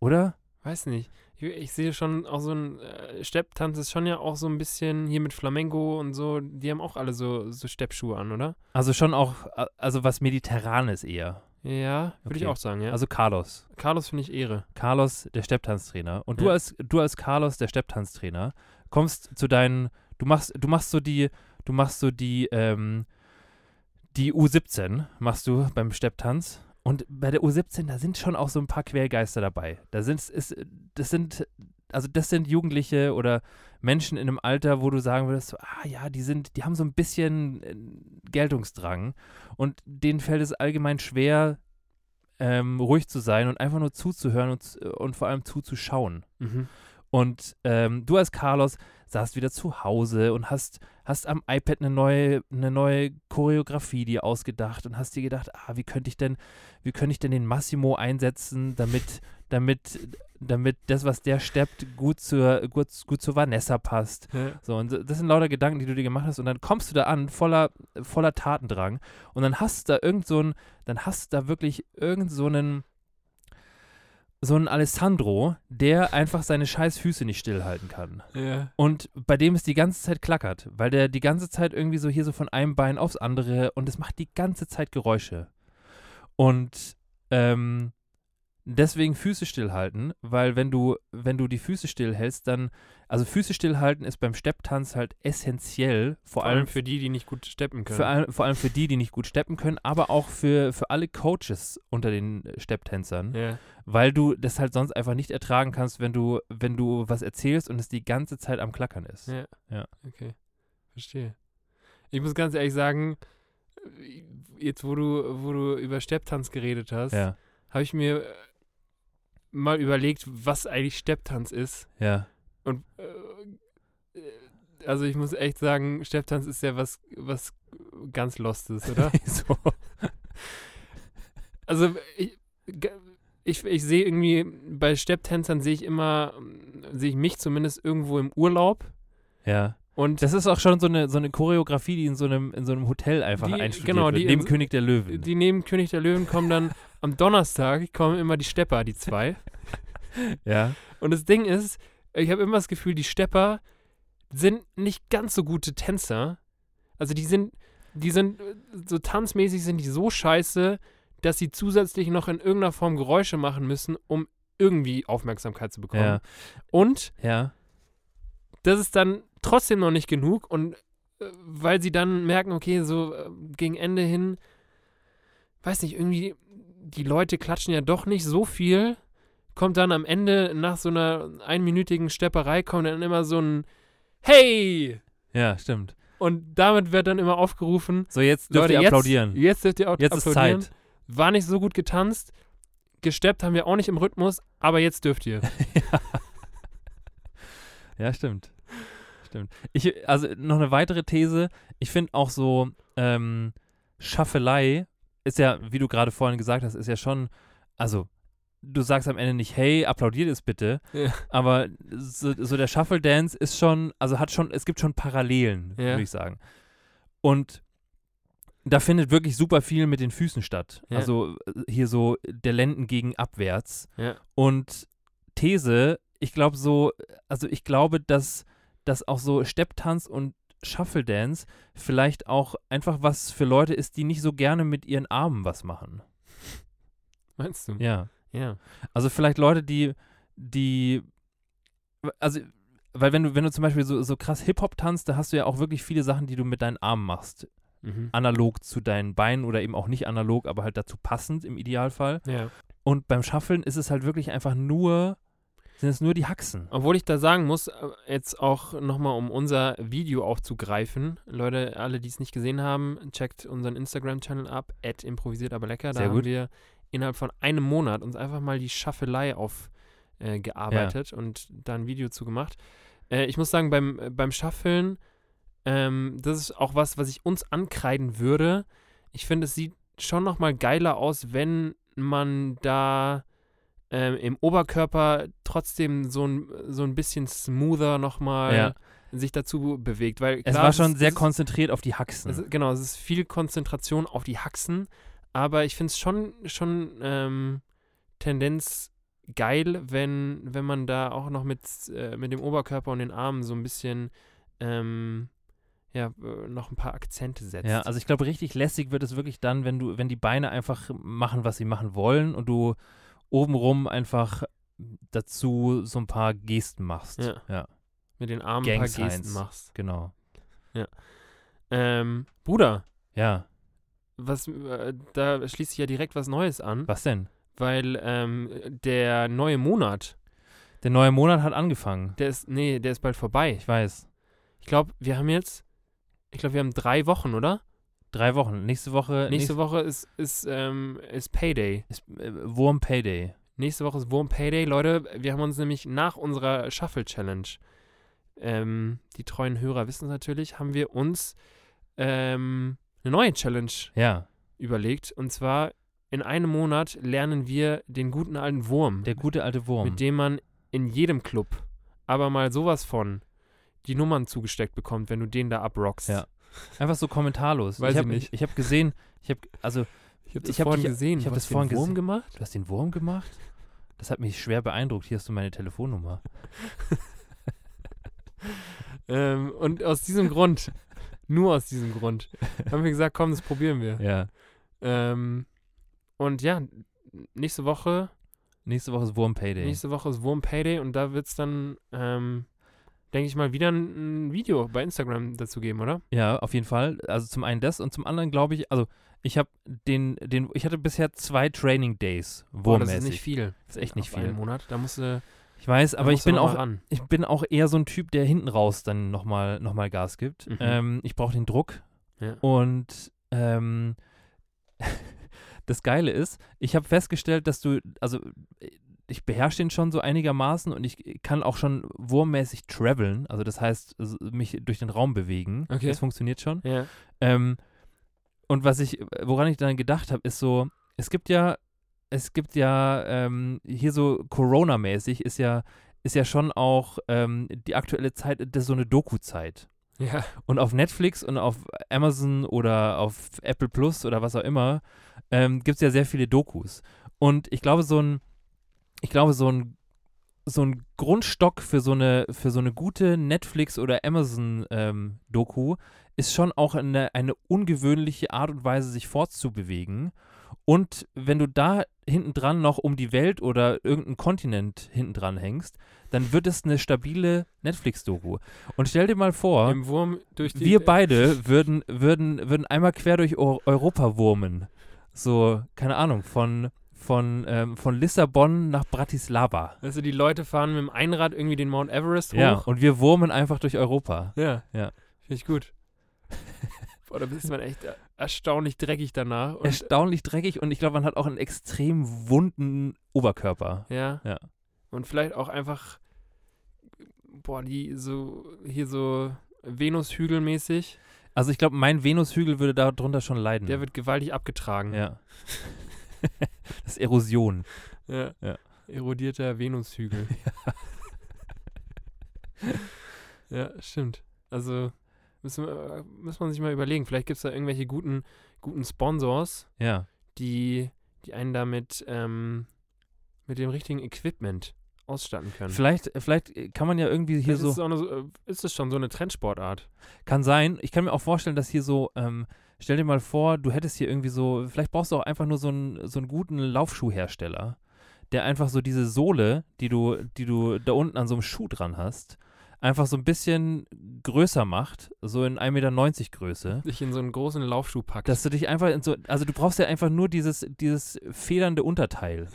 [SPEAKER 1] oder?
[SPEAKER 2] Weiß nicht. Ich, ich sehe schon auch so ein äh, Stepptanz ist schon ja auch so ein bisschen hier mit Flamengo und so. Die haben auch alle so, so Steppschuhe an, oder?
[SPEAKER 1] Also schon auch, a- also was Mediterranes eher.
[SPEAKER 2] Ja, würde ich
[SPEAKER 1] Okay.
[SPEAKER 2] auch sagen, ja.
[SPEAKER 1] Also
[SPEAKER 2] Also
[SPEAKER 1] Carlos.
[SPEAKER 2] Carlos finde ich Ehre.
[SPEAKER 1] Carlos, der Stepptanztrainer. Und du
[SPEAKER 2] Ja.
[SPEAKER 1] als du als Carlos, der Stepptanztrainer, kommst zu deinen, du machst, du machst so die, du machst so die, ähm, die U17 machst du beim Stepptanz. Und bei der U17, da sind schon auch so ein paar Quergeister dabei. Da sind, ist, das sind, also das sind Jugendliche oder Menschen in einem Alter, wo du sagen würdest, so, ah ja, die sind, die haben so ein bisschen äh, Geltungsdrang und denen fällt es allgemein schwer, äh, ähm, ruhig zu sein und einfach nur zuzuhören und, z- und vor allem zuzuschauen.
[SPEAKER 2] Mhm.
[SPEAKER 1] Und ähm, du als Carlos saßt wieder zu Hause und hast, hast am iPad eine neue, eine neue Choreografie dir ausgedacht und hast dir gedacht, ah, wie könnte ich denn, wie könnte ich denn den Massimo einsetzen, damit, damit, damit das, was der steppt, gut zur, gut, gut zur Vanessa passt.
[SPEAKER 2] Ja.
[SPEAKER 1] So, und das sind lauter Gedanken, die du dir gemacht hast. Und dann kommst du da an, voller, voller Tatendrang. Und dann hast du da irgend so einen, dann hast du da wirklich irgend so einen, so einen Alessandro, der einfach seine scheiß Füße nicht stillhalten kann.
[SPEAKER 2] Ja.
[SPEAKER 1] Und bei dem es die ganze Zeit klackert, weil der die ganze Zeit irgendwie so hier so von einem Bein aufs andere und es macht die ganze Zeit Geräusche. Und ähm, deswegen Füße stillhalten, weil wenn du, wenn du die Füße stillhältst, dann, also Füße stillhalten ist beim Stepptanz halt essentiell, vor,
[SPEAKER 2] Vor allem für die, die nicht gut steppen können.
[SPEAKER 1] für, all, vor allem für die, die nicht gut steppen können, aber auch für, für alle Coaches unter den äh, Stepptänzern
[SPEAKER 2] ja.
[SPEAKER 1] weil du das halt sonst einfach nicht ertragen kannst, wenn du, wenn du was erzählst und es die ganze Zeit am Klackern ist.
[SPEAKER 2] Ja.
[SPEAKER 1] Ja.
[SPEAKER 2] Okay. Verstehe. Ich muss ganz ehrlich sagen, jetzt wo du, wo du über Stepptanz geredet hast,
[SPEAKER 1] Ja,
[SPEAKER 2] habe ich mir äh, mal überlegt, was eigentlich Stepptanz ist.
[SPEAKER 1] ja,
[SPEAKER 2] Und äh, äh, also ich muss echt sagen, Stepptanz ist ja was, was ganz Lostes, oder?
[SPEAKER 1] so.
[SPEAKER 2] also ich, ge- ich, ich sehe irgendwie, bei Stepptänzern sehe ich immer, mm, sehe ich mich zumindest irgendwo im Urlaub.
[SPEAKER 1] ja.
[SPEAKER 2] Und
[SPEAKER 1] Das ist auch schon so eine, so eine Choreografie, die in so einem, in so einem Hotel einfach
[SPEAKER 2] Die-
[SPEAKER 1] einstudiert
[SPEAKER 2] genau,
[SPEAKER 1] wird,
[SPEAKER 2] die
[SPEAKER 1] neben
[SPEAKER 2] in-
[SPEAKER 1] König der Löwen.
[SPEAKER 2] die neben König der Löwen kommen dann am Donnerstag, kommen immer die Stepper, die zwei.
[SPEAKER 1] ja,
[SPEAKER 2] Und das Ding ist, ich habe immer das Gefühl, die Stepper sind nicht ganz so gute Tänzer. Also die sind, die sind, äh, so tanzmäßig sind die so scheiße, dass sie zusätzlich noch in irgendeiner Form Geräusche machen müssen, um irgendwie Aufmerksamkeit zu bekommen.
[SPEAKER 1] Ja.
[SPEAKER 2] Und
[SPEAKER 1] ja,
[SPEAKER 2] das ist dann trotzdem noch nicht genug und äh, weil sie dann merken, okay, so äh, gegen Ende hin, weiß nicht, irgendwie die Leute klatschen ja doch nicht so viel, kommt dann am Ende nach so einer einminütigen Stepperei, kommt dann immer so ein Hey!
[SPEAKER 1] ja, stimmt.
[SPEAKER 2] Und damit wird dann immer aufgerufen,
[SPEAKER 1] So, jetzt dürft
[SPEAKER 2] Leute,
[SPEAKER 1] ihr
[SPEAKER 2] jetzt,
[SPEAKER 1] applaudieren.
[SPEAKER 2] jetzt dürft ihr auch
[SPEAKER 1] Jetzt ist
[SPEAKER 2] applaudieren.
[SPEAKER 1] Zeit.
[SPEAKER 2] War nicht so gut getanzt, gesteppt haben wir auch nicht im Rhythmus, aber jetzt dürft ihr.
[SPEAKER 1] Ja, stimmt. Stimmt. Ich, also noch eine weitere These. Ich finde auch so, ähm, Schaffelei ist ja, wie du gerade vorhin gesagt hast, ist ja schon, also du sagst am Ende nicht, hey, applaudiert es bitte,
[SPEAKER 2] Ja.
[SPEAKER 1] aber so, so der Shuffle Dance ist schon, also hat schon, es gibt schon Parallelen,
[SPEAKER 2] Ja.
[SPEAKER 1] würde ich sagen. Und da findet wirklich super viel mit den Füßen statt.
[SPEAKER 2] Ja.
[SPEAKER 1] Also äh, hier so der Lenden gegen abwärts.
[SPEAKER 2] Ja.
[SPEAKER 1] Und These, ich glaube so, also ich glaube, dass, dass auch so Stepptanz und Shuffle Dance vielleicht auch einfach was für Leute ist, die nicht so gerne mit ihren Armen was machen.
[SPEAKER 2] Meinst du?
[SPEAKER 1] Ja.
[SPEAKER 2] Ja.
[SPEAKER 1] Also vielleicht Leute, die, die, also, weil wenn du, wenn du zum Beispiel so, so krass Hip-Hop tanzt, da hast du ja auch wirklich viele Sachen, die du mit deinen Armen machst.
[SPEAKER 2] Mhm.
[SPEAKER 1] Analog zu deinen Beinen oder eben auch nicht analog, aber halt dazu passend im Idealfall.
[SPEAKER 2] Ja.
[SPEAKER 1] Und beim Shuffeln ist es halt wirklich einfach nur, sind es nur die Haxen.
[SPEAKER 2] Obwohl ich da sagen muss, äh, jetzt auch nochmal, um unser Video aufzugreifen. Leute, alle, die es nicht gesehen haben, checkt unseren Instagram-Channel ab, improvisiert aber lecker. Da
[SPEAKER 1] Sehr gut.
[SPEAKER 2] haben wir innerhalb von einem Monat uns einfach mal die Schaffelei aufgearbeitet äh, gearbeitet und da ein Video zu gemacht. Äh, ich muss sagen, beim, äh, beim Schaffeln, ähm, das ist auch was, was ich uns ankreiden würde. Ich finde, es sieht schon nochmal geiler aus, wenn man da ähm, im Oberkörper trotzdem so ein, so ein bisschen smoother nochmal
[SPEAKER 1] Ja.
[SPEAKER 2] sich dazu bewegt. Weil
[SPEAKER 1] Es
[SPEAKER 2] klar,
[SPEAKER 1] war schon
[SPEAKER 2] ist-
[SPEAKER 1] sehr
[SPEAKER 2] es ist-
[SPEAKER 1] konzentriert auf die Haxen.
[SPEAKER 2] es, ist- Genau, es ist viel Konzentration auf die Haxen, aber ich finde es schon, schon ähm, Tendenz geil, wenn, wenn man da auch noch mit, äh, mit dem Oberkörper und den Armen so ein bisschen ähm, ja, äh, noch ein paar Akzente setzt.
[SPEAKER 1] Ja, also ich glaube, richtig lässig wird es wirklich dann, wenn du, wenn die Beine einfach machen, was sie machen wollen und du obenrum einfach dazu so ein paar Gesten machst.
[SPEAKER 2] Ja.
[SPEAKER 1] ja
[SPEAKER 2] mit den Armen ein paar
[SPEAKER 1] Gang-Signs.
[SPEAKER 2] Gesten machst.
[SPEAKER 1] genau.
[SPEAKER 2] Ähm, Bruder,
[SPEAKER 1] Ja,
[SPEAKER 2] was, äh, da schließt sich ja direkt was Neues an,
[SPEAKER 1] was denn?
[SPEAKER 2] weil ähm, der neue Monat,
[SPEAKER 1] Der neue Monat hat angefangen.
[SPEAKER 2] der ist, nee, der ist bald vorbei.
[SPEAKER 1] Ich weiß.
[SPEAKER 2] Ich glaube, wir haben jetzt, ich glaube, wir haben drei Wochen, oder?
[SPEAKER 1] Drei Äh, Wochen. Nächste Woche.
[SPEAKER 2] Nächste Woche ist, ist, ähm, ist Payday.
[SPEAKER 1] Ist, äh, Wurm Payday.
[SPEAKER 2] Nächste Woche ist Wurm Payday. Leute, wir haben uns nämlich nach unserer Shuffle Challenge, ähm, die treuen Hörer wissen es natürlich, haben wir uns ähm, eine neue Challenge
[SPEAKER 1] Ja,
[SPEAKER 2] überlegt. Und zwar in einem Monat lernen wir den guten alten Wurm,
[SPEAKER 1] der gute alte Wurm.
[SPEAKER 2] mit dem man in jedem Club aber mal sowas von die Nummern zugesteckt bekommt, wenn du den da abrockst.
[SPEAKER 1] Ja. Einfach so kommentarlos.
[SPEAKER 2] Weiß
[SPEAKER 1] ich
[SPEAKER 2] ich
[SPEAKER 1] hab,
[SPEAKER 2] nicht.
[SPEAKER 1] Ich habe gesehen, ich habe, also,
[SPEAKER 2] Ich habe
[SPEAKER 1] das
[SPEAKER 2] das
[SPEAKER 1] vorhin
[SPEAKER 2] vorhin gesehen.
[SPEAKER 1] ich hab
[SPEAKER 2] Du
[SPEAKER 1] das
[SPEAKER 2] hast
[SPEAKER 1] vorhin
[SPEAKER 2] den Wurm
[SPEAKER 1] gesehen.
[SPEAKER 2] gemacht?
[SPEAKER 1] du hast den Wurm gemacht? Das hat mich schwer beeindruckt. Hier hast du meine Telefonnummer.
[SPEAKER 2] Ähm, und aus diesem Grund, nur aus diesem Grund, haben wir gesagt, komm, das probieren wir.
[SPEAKER 1] Ja.
[SPEAKER 2] Ähm, und ja, nächste Woche,
[SPEAKER 1] Nächste Woche ist Wurm Payday.
[SPEAKER 2] nächste Woche ist Wurm Payday und da wird es dann, ähm, denke ich mal, wieder ein, ein Video bei Instagram dazu geben, oder?
[SPEAKER 1] Ja, auf jeden Fall. Also zum einen das und zum anderen glaube ich, also ich habe den, den, ich hatte bisher zwei Training Days
[SPEAKER 2] Boah, das ist nicht
[SPEAKER 1] wurmmäßig.
[SPEAKER 2] viel.
[SPEAKER 1] Das ist echt nicht
[SPEAKER 2] Auf Einen
[SPEAKER 1] viel.
[SPEAKER 2] Monat, da musst du,
[SPEAKER 1] Ich weiß,
[SPEAKER 2] da
[SPEAKER 1] aber ich
[SPEAKER 2] musst du
[SPEAKER 1] bin
[SPEAKER 2] noch mal
[SPEAKER 1] auch,
[SPEAKER 2] ran.
[SPEAKER 1] ich bin auch eher so ein Typ, der hinten raus dann nochmal noch mal Gas gibt.
[SPEAKER 2] Mhm.
[SPEAKER 1] Ähm, ich brauche den Druck.
[SPEAKER 2] Ja.
[SPEAKER 1] Und ähm, das Geile ist, ich habe festgestellt, dass du, also ich beherrsche den schon so einigermaßen und ich kann auch schon wurmmäßig traveln. Also das heißt, s- mich durch den Raum bewegen.
[SPEAKER 2] Okay.
[SPEAKER 1] Das funktioniert schon.
[SPEAKER 2] Ja.
[SPEAKER 1] Ähm, und was ich, woran ich dann gedacht habe, ist so, es gibt ja, es gibt ja ähm, hier so Corona-mäßig ist ja, ist ja schon auch ähm, die aktuelle Zeit, das ist so eine Doku-Zeit.
[SPEAKER 2] ja.
[SPEAKER 1] Und auf Netflix und auf Amazon oder auf Apple Plus oder was auch immer ähm, gibt es ja sehr viele Dokus. Und ich glaube, so ein, ich glaube, so ein, so ein Grundstock für so eine, für so eine gute Netflix- oder Amazon-Doku ist schon auch eine, eine ungewöhnliche Art und Weise, sich fortzubewegen. Und wenn du da hintendran noch um die Welt oder irgendeinen Kontinent hintendran hängst, dann wird es eine stabile Netflix-Doku. Und stell dir mal vor,
[SPEAKER 2] Im Wurm durch die.
[SPEAKER 1] wir beide würden, würden, würden einmal quer durch Eu- Europa wurmen. So, keine Ahnung, von, von, ähm, von Lissabon nach Bratislava.
[SPEAKER 2] also die Leute fahren mit dem Einrad irgendwie den Mount Everest hoch.
[SPEAKER 1] Ja, und wir wurmen einfach durch Europa.
[SPEAKER 2] Ja.
[SPEAKER 1] Ja.
[SPEAKER 2] Finde ich gut. Boah, da bist man echt er- erstaunlich dreckig danach. Und,
[SPEAKER 1] Erstaunlich dreckig und ich glaube, man hat auch einen extrem wunden Oberkörper.
[SPEAKER 2] ja.
[SPEAKER 1] Ja.
[SPEAKER 2] Und vielleicht auch einfach, boah, die so, hier so Venus-Hügel-mäßig,
[SPEAKER 1] Also ich glaube, mein Venushügel würde darunter schon leiden.
[SPEAKER 2] der wird gewaltig abgetragen.
[SPEAKER 1] Hm. ja. das ist Erosion.
[SPEAKER 2] Ja.
[SPEAKER 1] Ja.
[SPEAKER 2] Erodierter Venushügel. ja, stimmt. Also müssen wir, äh, muss man sich mal überlegen. Vielleicht gibt es da irgendwelche guten, guten Sponsors,
[SPEAKER 1] Ja.
[SPEAKER 2] die, die einen damit ähm, mit dem richtigen Equipment ausstatten können.
[SPEAKER 1] Vielleicht, vielleicht kann man ja irgendwie hier
[SPEAKER 2] Vielleicht
[SPEAKER 1] so.
[SPEAKER 2] Ist es, auch eine, ist es schon so eine Trendsportart?
[SPEAKER 1] Kann sein. Ich kann mir auch vorstellen, dass hier so, ähm, stell dir mal vor, du hättest hier irgendwie so, vielleicht brauchst du auch einfach nur so einen, so einen guten Laufschuhhersteller, der einfach so diese Sohle, die du, die du da unten an so einem Schuh dran hast, einfach so ein bisschen größer macht, so in 1,90 Meter Größe.
[SPEAKER 2] Dich in so einen großen Laufschuh packt.
[SPEAKER 1] Dass du dich einfach in so, also du brauchst ja einfach nur dieses, dieses federnde Unterteil.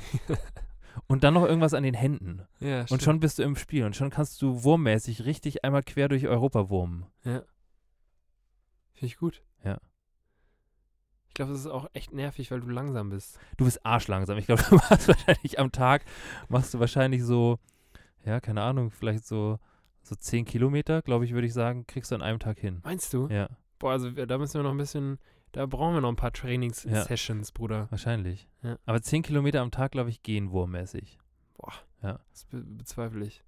[SPEAKER 1] Und dann noch irgendwas an den Händen.
[SPEAKER 2] ja,
[SPEAKER 1] Und
[SPEAKER 2] stimmt.
[SPEAKER 1] schon bist du im Spiel und schon kannst du wurmmäßig richtig einmal quer durch Europa wurmen.
[SPEAKER 2] Finde ich gut.
[SPEAKER 1] Ja.
[SPEAKER 2] Ich glaube, es ist auch echt nervig, weil du langsam bist.
[SPEAKER 1] Du bist arschlangsam. Ich glaube, du machst wahrscheinlich am Tag, machst du wahrscheinlich so, ja, keine Ahnung, vielleicht so, so 10 Kilometer, glaube ich, würde ich sagen, kriegst du an einem Tag hin.
[SPEAKER 2] Meinst du?
[SPEAKER 1] Ja,
[SPEAKER 2] Boah, also wir- da müssen wir noch ein bisschen, da brauchen wir noch ein paar Trainings-Sessions, Bruder.
[SPEAKER 1] wahrscheinlich.
[SPEAKER 2] Ja.
[SPEAKER 1] Aber 10 Kilometer am Tag, glaube ich, gehen wurmmäßig.
[SPEAKER 2] Das be bezweifle ich.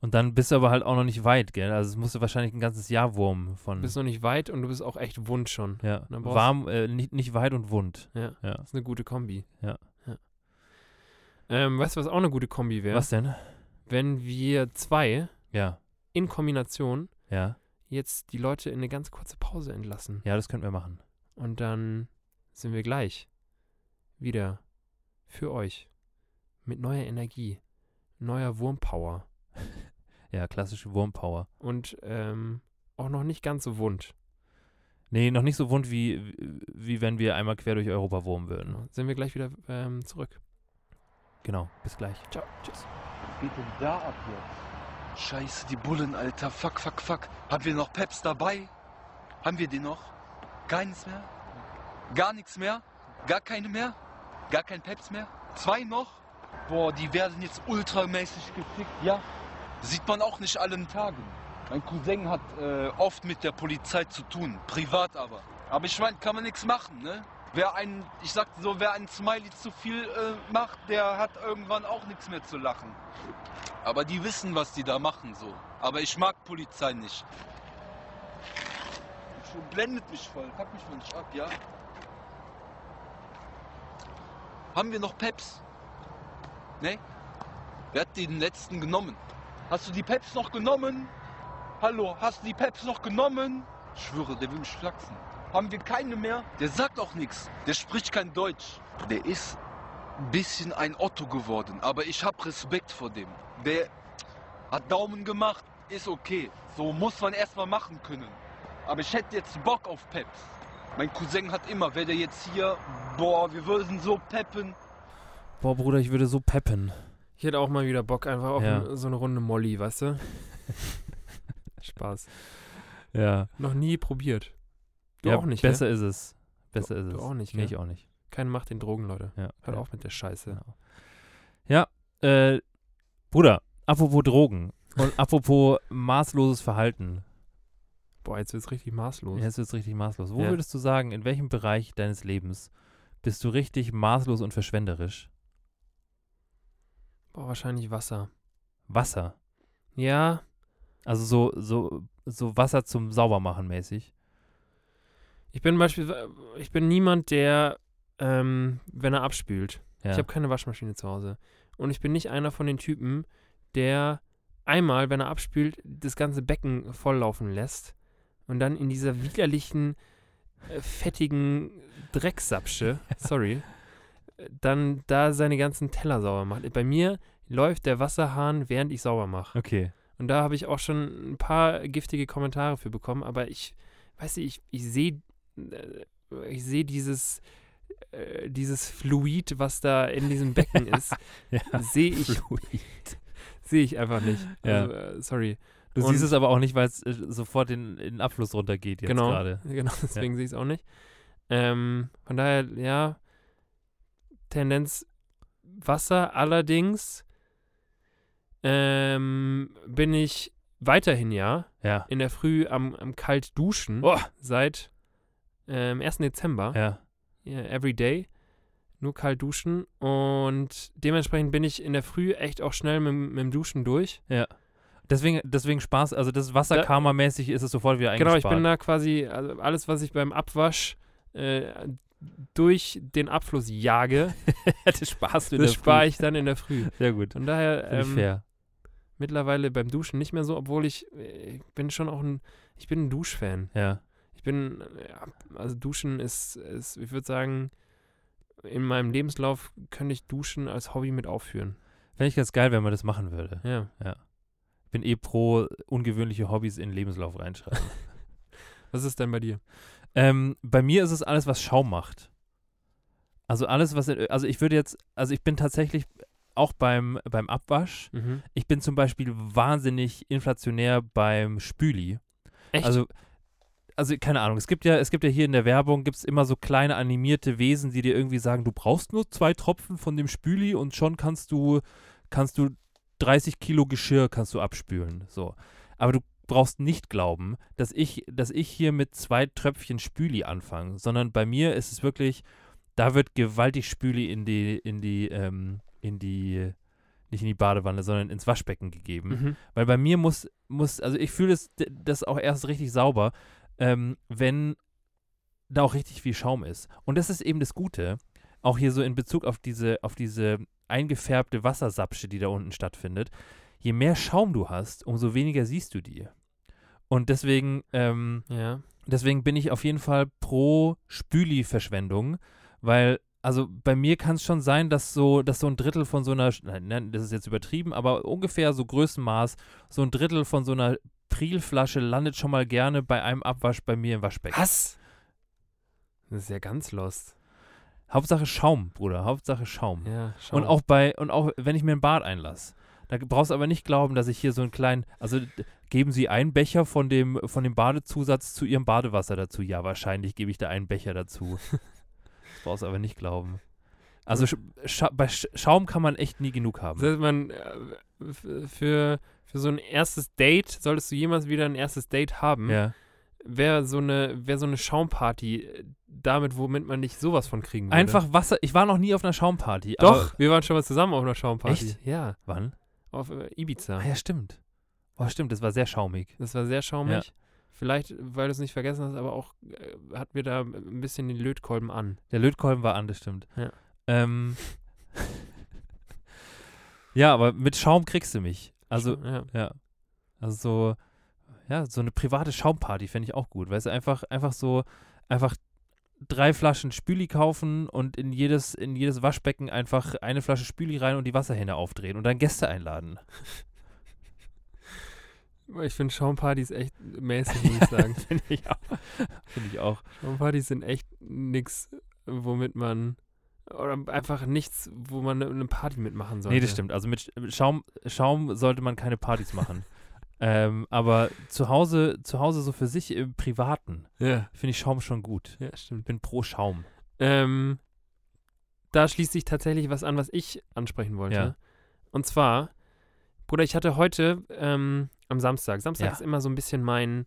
[SPEAKER 1] Und dann bist du aber halt auch noch nicht weit, gell? Also es musst du wahrscheinlich ein ganzes Jahr wurmen
[SPEAKER 2] Du
[SPEAKER 1] von.
[SPEAKER 2] bist noch nicht weit und du bist auch echt wund schon.
[SPEAKER 1] ja,
[SPEAKER 2] dann brauchst-
[SPEAKER 1] warm, äh, nicht, nicht weit und wund.
[SPEAKER 2] Ja.
[SPEAKER 1] ja.
[SPEAKER 2] Das ist eine gute Kombi.
[SPEAKER 1] Ja.
[SPEAKER 2] Ähm, weißt du, was auch eine gute Kombi wäre?
[SPEAKER 1] Was denn?
[SPEAKER 2] Wenn wir zwei
[SPEAKER 1] Ja,
[SPEAKER 2] in Kombination
[SPEAKER 1] ja.
[SPEAKER 2] jetzt die Leute in eine ganz kurze Pause entlassen.
[SPEAKER 1] Ja, das könnten wir machen.
[SPEAKER 2] Und dann sind wir gleich wieder für euch mit neuer Energie, neuer Wurmpower
[SPEAKER 1] Ja, klassische Wurmpower.
[SPEAKER 2] und ähm, auch noch nicht ganz so wund.
[SPEAKER 1] Nee, noch nicht so wund, wie, wie wenn wir einmal quer durch Europa wurmen würden.
[SPEAKER 2] Genau. Sind wir gleich wieder ähm, zurück.
[SPEAKER 1] Genau, bis gleich.
[SPEAKER 2] Ciao. Tschüss.
[SPEAKER 3] geht denn da ab jetzt? Scheiße, die Bullen, Alter. Fuck, fuck, fuck. Haben wir noch Peps dabei? Haben wir die noch? Keines mehr? Gar nichts mehr? Gar keine mehr? Gar kein Peps mehr? Zwei noch? Boah, die werden jetzt ultramäßig geschickt, ja. Sieht man auch nicht allen Tagen. Mein Cousin hat äh, oft mit der Polizei zu tun, privat aber. Aber ich meine, kann man nichts machen, ne? Wer einen, ich sag so, wer einen Smiley zu viel äh, macht, der hat irgendwann auch nichts mehr zu lachen. Aber die wissen, was die da machen, so. Aber ich mag Polizei nicht. Schon blendet mich voll, pack mich mal nicht ab, ja? Haben wir noch Peps? Ne? Wer hat den letzten genommen? Hast du die Peps noch genommen? Hallo, hast du die Peps noch genommen? Ich schwöre, der will mich flachsen. Haben wir keine mehr? Der sagt auch nichts. Der spricht kein Deutsch. Der ist ein bisschen ein Otto geworden, aber ich hab Respekt vor dem. Der hat Daumen gemacht, ist okay. So muss man erstmal machen können. Aber ich hätte jetzt Bock auf Peps. Mein Cousin hat immer, wäre der jetzt hier, boah, wir würden so peppen.
[SPEAKER 1] Boah, Bruder, ich würde so peppen.
[SPEAKER 2] Ich hätte auch mal wieder Bock einfach auf
[SPEAKER 1] Ja.
[SPEAKER 2] n- so eine Runde Molly, weißt du? Spaß.
[SPEAKER 1] Ja.
[SPEAKER 2] Noch nie probiert. Du
[SPEAKER 1] ja,
[SPEAKER 2] auch nicht,
[SPEAKER 1] Besser ist es. Besser
[SPEAKER 2] Du-
[SPEAKER 1] ist es.
[SPEAKER 2] du auch nicht,
[SPEAKER 1] Nee,
[SPEAKER 2] gell?
[SPEAKER 1] ich auch nicht.
[SPEAKER 2] Keine Macht den Drogen, Leute.
[SPEAKER 1] Ja.
[SPEAKER 2] Hört
[SPEAKER 1] ja.
[SPEAKER 2] auf mit der Scheiße.
[SPEAKER 1] Genau. Ja, äh, Bruder, apropos Drogen und apropos maßloses Verhalten.
[SPEAKER 2] Boah, jetzt wird's richtig maßlos.
[SPEAKER 1] Jetzt wird's richtig maßlos. Wo
[SPEAKER 2] Ja.
[SPEAKER 1] würdest du sagen, in welchem Bereich deines Lebens bist du richtig maßlos und verschwenderisch?
[SPEAKER 2] Boah, wahrscheinlich Wasser.
[SPEAKER 1] Wasser.
[SPEAKER 2] Ja,
[SPEAKER 1] Also so, so, so Wasser zum Saubermachen mäßig.
[SPEAKER 2] ich bin beispielsweise, ich bin niemand, der, ähm, wenn er abspült.
[SPEAKER 1] Ja.
[SPEAKER 2] Ich habe keine Waschmaschine zu Hause. Und ich bin nicht einer von den Typen, der einmal, wenn er abspült, das ganze Becken volllaufen lässt und dann in dieser widerlichen, äh, fettigen Drecksapsche, sorry, äh, dann da seine ganzen Teller sauber macht. Bei mir läuft der Wasserhahn, während ich sauber mache.
[SPEAKER 1] okay.
[SPEAKER 2] Und da habe ich auch schon ein paar giftige Kommentare für bekommen, aber ich, weiß nicht, ich, ich sehe äh, ich sehe dieses, äh, dieses Fluid, was da in diesem Becken ist,
[SPEAKER 1] Ja.
[SPEAKER 2] sehe ich, sehe ich einfach nicht.
[SPEAKER 1] Ja.
[SPEAKER 2] Also, äh, sorry.
[SPEAKER 1] Du
[SPEAKER 2] Und-
[SPEAKER 1] siehst es aber auch nicht, weil es äh, sofort in, in den Abfluss runtergeht jetzt
[SPEAKER 2] genau,
[SPEAKER 1] gerade.
[SPEAKER 2] Genau, deswegen sehe ich es auch nicht. Ähm, von daher, ja, Tendenz Wasser. Allerdings ähm, bin ich weiterhin ja
[SPEAKER 1] Ja.
[SPEAKER 2] in der Früh am, am kalt duschen
[SPEAKER 1] Oh.
[SPEAKER 2] seit ähm, 1. Dezember.
[SPEAKER 1] Ja.
[SPEAKER 2] Yeah, every day. Nur kalt duschen. Und dementsprechend bin ich in der Früh echt auch schnell mit, dem- mit dem Duschen durch.
[SPEAKER 1] Deswegen, deswegen Spaß, also das Wasserkarma-mäßig ist es sofort wieder
[SPEAKER 2] Genau,
[SPEAKER 1] eingespart.
[SPEAKER 2] ich bin da quasi, also alles, was ich beim Abwasch äh, durch den Abfluss jage,
[SPEAKER 1] das sparst du in
[SPEAKER 2] das
[SPEAKER 1] der Früh.
[SPEAKER 2] spare ich dann in der Früh.
[SPEAKER 1] Sehr gut.
[SPEAKER 2] Von daher
[SPEAKER 1] Finde ich
[SPEAKER 2] ähm,
[SPEAKER 1] fair.
[SPEAKER 2] mittlerweile beim Duschen nicht mehr so, obwohl ich, äh, ich bin schon auch ein, ich bin ein Duschfan.
[SPEAKER 1] Ja.
[SPEAKER 2] Ich bin, äh, ja, also Duschen ist, ist ich würde sagen, in meinem Lebenslauf könnte ich Duschen als Hobby mit aufführen.
[SPEAKER 1] Fände ich ganz geil, wenn man das machen würde.
[SPEAKER 2] Ja.
[SPEAKER 1] Ich bin eh pro ungewöhnliche Hobbys in den Lebenslauf reinschreiben.
[SPEAKER 2] Was ist denn bei dir?
[SPEAKER 1] ähm, bei mir ist es alles, was Schaum macht. Also alles, was, also ich würde jetzt, also ich bin tatsächlich auch beim, beim Abwasch, ich bin zum Beispiel wahnsinnig inflationär beim Spüli.
[SPEAKER 2] Echt?
[SPEAKER 1] Also, also keine Ahnung, es gibt ja, es gibt ja hier in der Werbung gibt's immer so kleine animierte Wesen, die dir irgendwie sagen, du brauchst nur zwei Tropfen von dem Spüli und schon kannst du, kannst du 30 Kilo Geschirr kannst du abspülen. So. Aber du brauchst nicht glauben, dass ich, dass ich hier mit zwei Tröpfchen Spüli anfange, sondern bei mir ist es wirklich, da wird gewaltig Spüli in die, in die, ähm, in die, nicht in die Badewanne, sondern ins Waschbecken gegeben.
[SPEAKER 2] Mhm.
[SPEAKER 1] Weil bei mir muss, muss also ich fühle das, das auch erst richtig sauber, ähm, wenn da auch richtig viel Schaum ist. Und das ist eben das Gute, auch hier so in Bezug auf diese, auf diese eingefärbte Wassersapsche, die da unten stattfindet. Je mehr Schaum du hast, umso weniger siehst du die. Und deswegen, ähm,
[SPEAKER 2] Ja.
[SPEAKER 1] Deswegen bin ich auf jeden Fall pro Spüli-Verschwendung, weil, also bei mir kann es schon sein, dass so, dass so ein Drittel von so einer, Sch- nein, nein, das ist jetzt übertrieben, aber ungefähr so Größenmaß, so ein Drittel von so einer Prilflasche landet schon mal gerne bei einem Abwasch bei mir im Waschbecken.
[SPEAKER 2] Was? Das ist ja ganz lost.
[SPEAKER 1] Hauptsache Schaum, Bruder, Hauptsache Schaum.
[SPEAKER 2] Ja, schau.
[SPEAKER 1] Und auch bei, und auch wenn ich mir ein Bad einlasse. Da ge- brauchst du aber nicht glauben, dass ich hier so einen kleinen, also d- geben Sie einen Becher von dem, von dem Badezusatz zu Ihrem Badewasser dazu. Ja, wahrscheinlich gebe ich da einen Becher dazu. das brauchst du aber nicht glauben. Also sch scha bei sch Schaum kann man echt nie genug haben.
[SPEAKER 2] Sollte man äh, f- für, für so ein erstes Date, solltest du jemals wieder ein erstes Date haben,
[SPEAKER 1] ja.
[SPEAKER 2] wäre so eine, wär so eine Schaumparty äh, damit, womit man nicht sowas von kriegen würde.
[SPEAKER 1] Einfach Wasser. Ich war noch nie auf einer Schaumparty.
[SPEAKER 2] Doch, wir waren schon mal zusammen auf einer Schaumparty.
[SPEAKER 1] Echt?
[SPEAKER 2] Ja,
[SPEAKER 1] Aber wann?
[SPEAKER 2] auf äh,
[SPEAKER 1] Ah
[SPEAKER 2] Ibiza.
[SPEAKER 1] ja, stimmt. Boah, stimmt, das war sehr schaumig.
[SPEAKER 2] Das war sehr schaumig.
[SPEAKER 1] Ja.
[SPEAKER 2] Vielleicht, weil du es nicht vergessen hast, aber auch äh, hatten wir da ein bisschen den Lötkolben an.
[SPEAKER 1] Der Lötkolben war an, das stimmt.
[SPEAKER 2] Ja.
[SPEAKER 1] Ähm, ja, aber mit Schaum kriegst du mich. Also,
[SPEAKER 2] ja.
[SPEAKER 1] ja. Also, so, ja, so eine private Schaumparty fände ich auch gut. Weißt du, einfach, einfach so, einfach drei Flaschen Spüli kaufen und in jedes, in jedes Waschbecken einfach eine Flasche Spüli rein und die Wasserhähne aufdrehen und dann Gäste einladen.
[SPEAKER 2] Ich finde Schaumpartys echt mäßig, muss ich sagen.
[SPEAKER 1] Finde ich auch. Finde ich auch.
[SPEAKER 2] Schaumpartys sind echt nix, womit man oder einfach nichts, wo man ne- eine Party mitmachen sollte.
[SPEAKER 1] Nee, das stimmt. Also mit Sch- mit Schaum, Schaum sollte man keine Partys machen. ähm, aber zu Hause, zu Hause so für sich im Privaten
[SPEAKER 2] Ja,
[SPEAKER 1] finde ich Schaum schon gut.
[SPEAKER 2] ja stimmt.
[SPEAKER 1] Ich bin pro Schaum.
[SPEAKER 2] Ähm, da schließt sich tatsächlich was an, was ich ansprechen wollte.
[SPEAKER 1] Ja.
[SPEAKER 2] Und zwar, Bruder, ich hatte heute ähm, am Samstag. Samstag
[SPEAKER 1] Ja.
[SPEAKER 2] ist immer so ein bisschen mein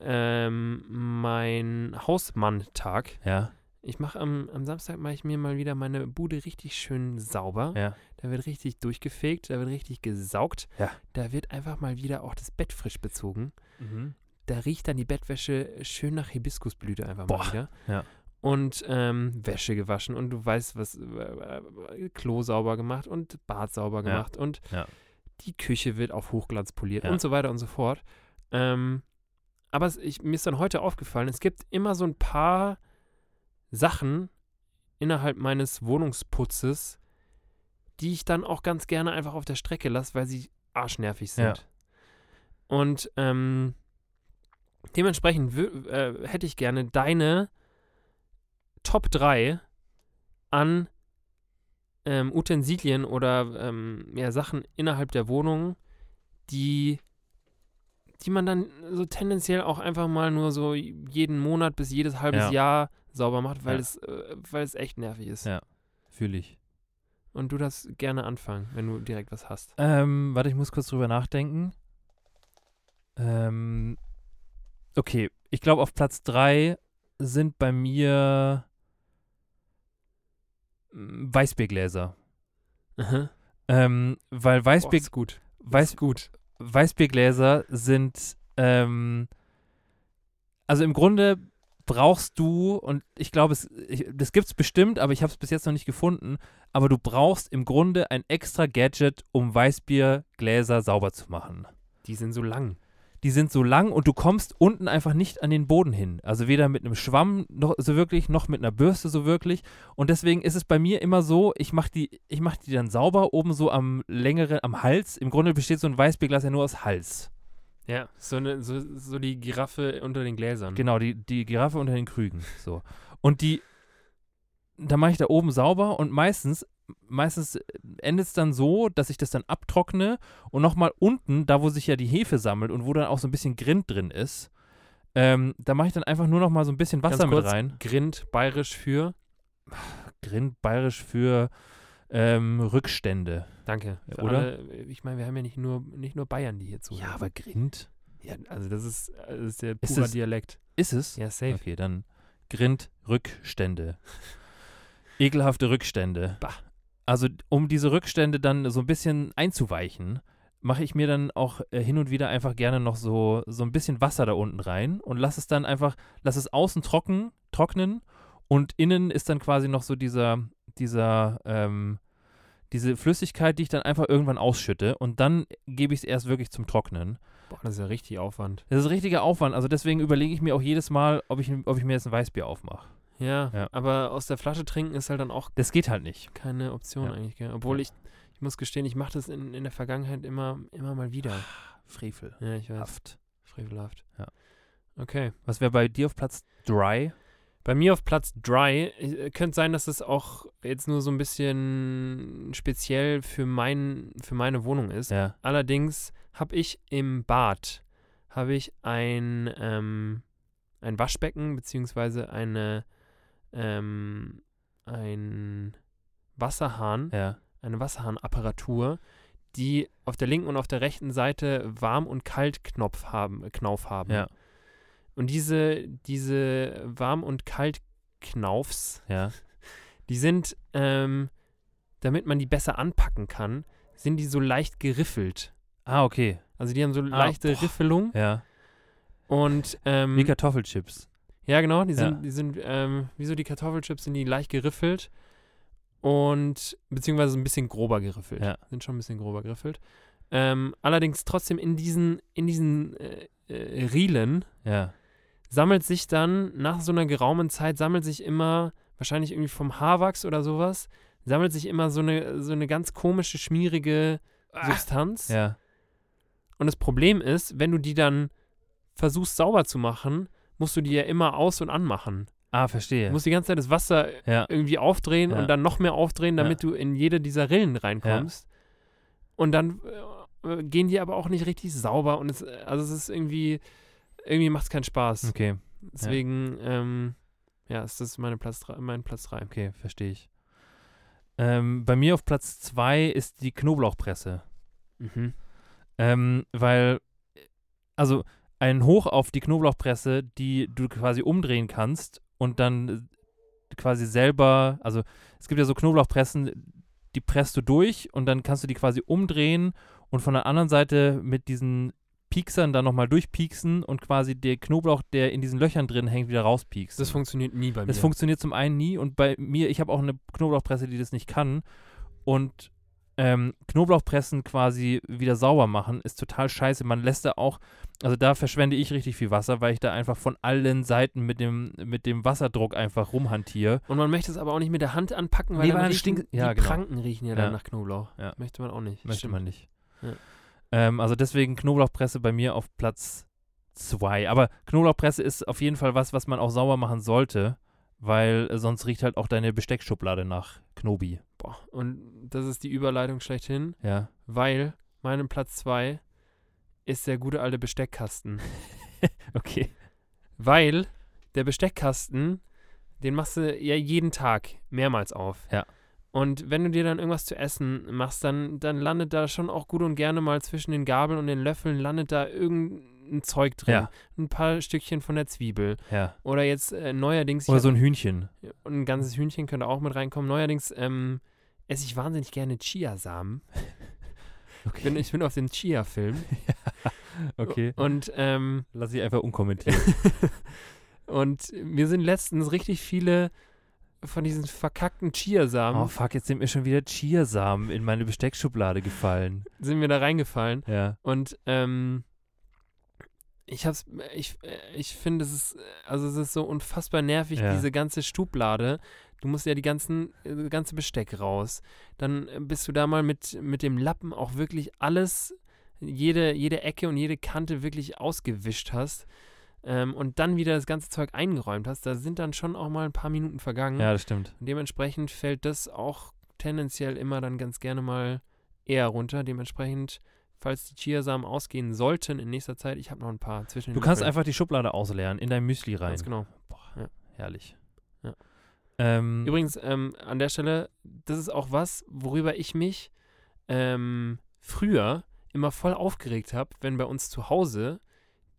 [SPEAKER 2] ähm, mein Hausmann-Tag.
[SPEAKER 1] Ja,
[SPEAKER 2] Ich mache am, am Samstag mache ich mir mal wieder meine Bude richtig schön sauber.
[SPEAKER 1] Ja.
[SPEAKER 2] Da wird richtig durchgefegt, da wird richtig gesaugt.
[SPEAKER 1] Ja.
[SPEAKER 2] Da wird einfach mal wieder auch das Bett frisch bezogen. Da riecht dann die Bettwäsche schön nach Hibiskusblüte einfach
[SPEAKER 1] Boah,
[SPEAKER 2] mal wieder.
[SPEAKER 1] ja.
[SPEAKER 2] Und ähm, Wäsche gewaschen und du weißt was, äh, Klo sauber gemacht und Bad sauber
[SPEAKER 1] Ja,
[SPEAKER 2] gemacht und
[SPEAKER 1] ja.
[SPEAKER 2] die Küche wird auf Hochglanz poliert
[SPEAKER 1] Ja.
[SPEAKER 2] und so weiter und so fort. Ähm, aber es, ich, mir ist dann heute aufgefallen, es gibt immer so ein paar Sachen innerhalb meines Wohnungsputzes, die ich dann auch ganz gerne einfach auf der Strecke lasse, weil sie arschnervig sind.
[SPEAKER 1] Ja.
[SPEAKER 2] Und ähm, dementsprechend wü- äh, hätte ich gerne deine Top 3 an ähm, Utensilien oder ähm, ja, Sachen innerhalb der Wohnung, die, die man dann so tendenziell auch einfach mal nur so jeden Monat bis jedes halbes
[SPEAKER 1] Ja.
[SPEAKER 2] Jahr sauber macht, weil,
[SPEAKER 1] Ja.
[SPEAKER 2] es, äh, weil es echt nervig ist.
[SPEAKER 1] Ja. fühle ich.
[SPEAKER 2] Und du darfst gerne anfangen, wenn du direkt was hast.
[SPEAKER 1] Ähm, warte, ich muss kurz drüber nachdenken. Ähm, okay, ich glaube, auf Platz 3 sind bei mir mm, Weißbiergläser. Ähm, weil
[SPEAKER 2] Boah,
[SPEAKER 1] Weißbier,
[SPEAKER 2] ist gut.
[SPEAKER 1] Weiß,
[SPEAKER 2] ist gut.
[SPEAKER 1] Weißbiergläser sind, ähm, also im Grunde brauchst du, und ich glaube, es, ich, das gibt es bestimmt, aber ich habe es bis jetzt noch nicht gefunden, aber du brauchst im Grunde ein extra Gadget, um Weißbiergläser sauber zu machen.
[SPEAKER 2] Die sind so lang.
[SPEAKER 1] Die sind so lang und du kommst unten einfach nicht an den Boden hin. Also weder mit einem Schwamm noch so wirklich, noch mit einer Bürste so wirklich. Und deswegen ist es bei mir immer so, ich mache die, ich mach die dann sauber oben so am längeren, am Hals. Im Grunde besteht so ein Weißbierglas ja nur aus Hals.
[SPEAKER 2] Ja, so, eine, so, so die Giraffe unter den Gläsern.
[SPEAKER 1] Genau, die, die Giraffe unter den Krügen. So. Und die, da mache ich da oben sauber und meistens, meistens endet es dann so, dass ich das dann abtrockne und nochmal unten, da wo sich ja die Hefe sammelt und wo dann auch so ein bisschen Grind drin ist, ähm, da mache ich dann einfach nur nochmal so ein bisschen Wasser
[SPEAKER 2] Ganz
[SPEAKER 1] mit
[SPEAKER 2] kurz,
[SPEAKER 1] rein.
[SPEAKER 2] Grind, bayerisch für.
[SPEAKER 1] Grind bayerisch für ähm, Rückstände.
[SPEAKER 2] Danke. Für
[SPEAKER 1] Oder?
[SPEAKER 2] Alle, ich meine, wir haben ja nicht nur, nicht nur Bayern, die hier zuhören.
[SPEAKER 1] Grind?
[SPEAKER 2] Ja, also das ist, das ist der
[SPEAKER 1] Ist
[SPEAKER 2] purer
[SPEAKER 1] es-
[SPEAKER 2] Dialekt.
[SPEAKER 1] Ist es?
[SPEAKER 2] Ja, safe.
[SPEAKER 1] Okay, dann Grind Rückstände. Ekelhafte Rückstände.
[SPEAKER 2] Bah.
[SPEAKER 1] Also um diese Rückstände dann so ein bisschen einzuweichen, mache ich mir dann auch äh, hin und wieder einfach gerne noch so, so ein bisschen Wasser da unten rein und lass es dann einfach, lass es außen trocken, trocknen und innen ist dann quasi noch so dieser, dieser, ähm, diese Flüssigkeit, die ich dann einfach irgendwann ausschütte und dann gebe ich es erst wirklich zum Trocknen.
[SPEAKER 2] Boah, das ist ja richtig Aufwand.
[SPEAKER 1] Das ist ein richtiger Aufwand. Also deswegen überlege ich mir auch jedes Mal, ob ich, ob ich mir jetzt ein Weißbier aufmache.
[SPEAKER 2] Ja,
[SPEAKER 1] Ja.
[SPEAKER 2] aber aus der Flasche trinken ist halt dann auch
[SPEAKER 1] Das geht halt nicht.
[SPEAKER 2] keine Option
[SPEAKER 1] Ja.
[SPEAKER 2] eigentlich. Gell? Obwohl
[SPEAKER 1] Ja.
[SPEAKER 2] ich, ich muss gestehen, ich mache das in, in der Vergangenheit immer, immer mal wieder.
[SPEAKER 1] Frevel.
[SPEAKER 2] Ja, ich weiß.
[SPEAKER 1] Haft.
[SPEAKER 2] Frevelhaft.
[SPEAKER 1] Ah. Ja.
[SPEAKER 2] Okay.
[SPEAKER 1] Was wäre bei dir auf Platz 3?
[SPEAKER 2] Bei mir auf Platz 3, äh, könnte sein, dass es auch jetzt nur so ein bisschen speziell für, mein, für meine Wohnung ist.
[SPEAKER 1] Ja.
[SPEAKER 2] Allerdings habe ich im Bad habe ich ein, ähm, ein Waschbecken beziehungsweise eine ähm, ein Wasserhahn,
[SPEAKER 1] Ja.
[SPEAKER 2] eine Wasserhahnapparatur, die auf der linken und auf der rechten Seite Warm- und Kaltknopf haben, äh, Knauf haben.
[SPEAKER 1] Ja.
[SPEAKER 2] Und diese, diese Warm- und Kaltknaufs,
[SPEAKER 1] Ja.
[SPEAKER 2] die sind, ähm, damit man die besser anpacken kann, sind die so leicht geriffelt.
[SPEAKER 1] Ah, okay.
[SPEAKER 2] Also die haben so
[SPEAKER 1] Ah,
[SPEAKER 2] leichte
[SPEAKER 1] boah.
[SPEAKER 2] Riffelung
[SPEAKER 1] Ja.
[SPEAKER 2] und ähm,
[SPEAKER 1] Wie Kartoffelchips.
[SPEAKER 2] ja, genau. Die sind,
[SPEAKER 1] Ja.
[SPEAKER 2] die sind ähm, wie so die Kartoffelchips, sind die leicht geriffelt und beziehungsweise ein bisschen grober geriffelt.
[SPEAKER 1] Ja.
[SPEAKER 2] Sind schon ein bisschen grober geriffelt. Ähm, allerdings trotzdem in diesen, in diesen äh, äh, Rielen
[SPEAKER 1] Ja.
[SPEAKER 2] sammelt sich dann nach so einer geraumen Zeit, sammelt sich immer, wahrscheinlich irgendwie vom Haarwachs oder sowas, sammelt sich immer so eine, so eine ganz komische, schmierige Substanz.
[SPEAKER 1] Ja.
[SPEAKER 2] Und das Problem ist, wenn du die dann versuchst sauber zu machen, musst du die ja immer aus- und anmachen.
[SPEAKER 1] Ah,
[SPEAKER 2] Du
[SPEAKER 1] verstehe.
[SPEAKER 2] musst die ganze Zeit das Wasser
[SPEAKER 1] ja.
[SPEAKER 2] irgendwie aufdrehen
[SPEAKER 1] Ja.
[SPEAKER 2] und dann noch mehr aufdrehen, damit du in jede dieser Rillen reinkommst. Und dann äh, gehen die aber auch nicht richtig sauber und es, also es ist irgendwie, irgendwie macht es keinen Spaß.
[SPEAKER 1] Okay.
[SPEAKER 2] Deswegen, ja, ähm, ja ist das meine Platz, drei- mein Platz 3.
[SPEAKER 1] Okay, verstehe ich. Ähm, bei mir auf Platz 2 ist die Knoblauchpresse.
[SPEAKER 2] Mhm.
[SPEAKER 1] Ähm, weil, also ein Hoch auf die Knoblauchpresse, die du quasi umdrehen kannst und dann äh, quasi selber, also es gibt ja so Knoblauchpressen, die presst du durch und dann kannst du die quasi umdrehen und von der anderen Seite mit diesen Pieksern dann nochmal durchpieksen und quasi der Knoblauch, der in diesen Löchern drin hängt, wieder rauspieksen.
[SPEAKER 2] Das funktioniert nie bei mir.
[SPEAKER 1] Das funktioniert zum einen nie und bei mir, ich habe auch eine Knoblauchpresse, die das nicht kann. Und ähm, Knoblauchpressen quasi wieder sauber machen ist total scheiße. Man lässt da auch, also da verschwende ich richtig viel Wasser, weil ich da einfach von allen Seiten mit dem, mit dem Wasserdruck einfach rumhantiere.
[SPEAKER 2] und man möchte es aber auch nicht mit der Hand anpacken, weil
[SPEAKER 1] Nee,
[SPEAKER 2] dann,
[SPEAKER 1] weil dann
[SPEAKER 2] riechen,
[SPEAKER 1] stinkt-
[SPEAKER 2] die
[SPEAKER 1] ja, genau.
[SPEAKER 2] Pranken riechen ja, dann
[SPEAKER 1] Ja.
[SPEAKER 2] nach Knoblauch.
[SPEAKER 1] Ja.
[SPEAKER 2] Möchte man auch nicht.
[SPEAKER 1] Möchte
[SPEAKER 2] Stimmt.
[SPEAKER 1] man nicht.
[SPEAKER 2] Ja.
[SPEAKER 1] Ähm, also deswegen Knoblauchpresse bei mir auf Platz 2. Aber Knoblauchpresse ist auf jeden Fall was, was man auch sauber machen sollte, weil äh, sonst riecht halt auch deine Besteckschublade nach Knobi.
[SPEAKER 2] Boah. Und das ist die Überleitung schlechthin.
[SPEAKER 1] Ja.
[SPEAKER 2] weil meinem Platz 2 ist der gute alte Besteckkasten.
[SPEAKER 1] Okay.
[SPEAKER 2] Weil der Besteckkasten, den machst du ja jeden Tag mehrmals auf.
[SPEAKER 1] Ja.
[SPEAKER 2] Und wenn du dir dann irgendwas zu essen machst, dann, dann landet da schon auch gut und gerne mal zwischen den Gabeln und den Löffeln landet da irgendein Zeug drin.
[SPEAKER 1] Ja.
[SPEAKER 2] Ein paar Stückchen von der Zwiebel.
[SPEAKER 1] Ja.
[SPEAKER 2] Oder jetzt äh, neuerdings, ich
[SPEAKER 1] Oder so ein Hühnchen.
[SPEAKER 2] hab- ein ganzes Hühnchen könnte auch mit reinkommen. Neuerdings ähm, esse ich wahnsinnig gerne Chiasamen. Ich bin, ich bin auf dem Chia-Film.
[SPEAKER 1] Okay.
[SPEAKER 2] Und, ähm,
[SPEAKER 1] Lass ich Oh, einfach unkommentiert.
[SPEAKER 2] und mir sind letztens richtig viele von diesen verkackten Chiasamen
[SPEAKER 1] oh fuck, jetzt sind mir schon wieder Chiasamen in meine Besteckschublade gefallen.
[SPEAKER 2] sind mir da reingefallen.
[SPEAKER 1] Ja.
[SPEAKER 2] Und ähm, ich hab's, ich, äh, ich finde, es ist, äh, also es ist so unfassbar nervig,
[SPEAKER 1] Ja.
[SPEAKER 2] diese ganze Stublade. Du musst ja die ganzen, äh, das ganze Besteck raus. Dann äh, bist du da mal mit, mit dem Lappen auch wirklich alles, jede, jede Ecke und jede Kante wirklich ausgewischt hast. Ähm, und dann wieder das ganze Zeug eingeräumt hast, da sind dann schon auch mal ein paar Minuten vergangen.
[SPEAKER 1] Ja, das stimmt.
[SPEAKER 2] Und dementsprechend fällt das auch tendenziell immer dann ganz gerne mal eher runter. Dementsprechend, falls die Chiasamen ausgehen sollten in nächster Zeit, ich habe noch ein paar zwischen den
[SPEAKER 1] Du kannst
[SPEAKER 2] Löffeln.
[SPEAKER 1] einfach die Schublade ausleeren, in dein Müsli rein. Mhm.
[SPEAKER 2] Ganz genau.
[SPEAKER 1] Herrlich.
[SPEAKER 2] Ja.
[SPEAKER 1] Ähm,
[SPEAKER 2] Übrigens, ähm, an der Stelle, das ist auch was, worüber ich mich ähm, früher immer voll aufgeregt habe, wenn bei uns zu Hause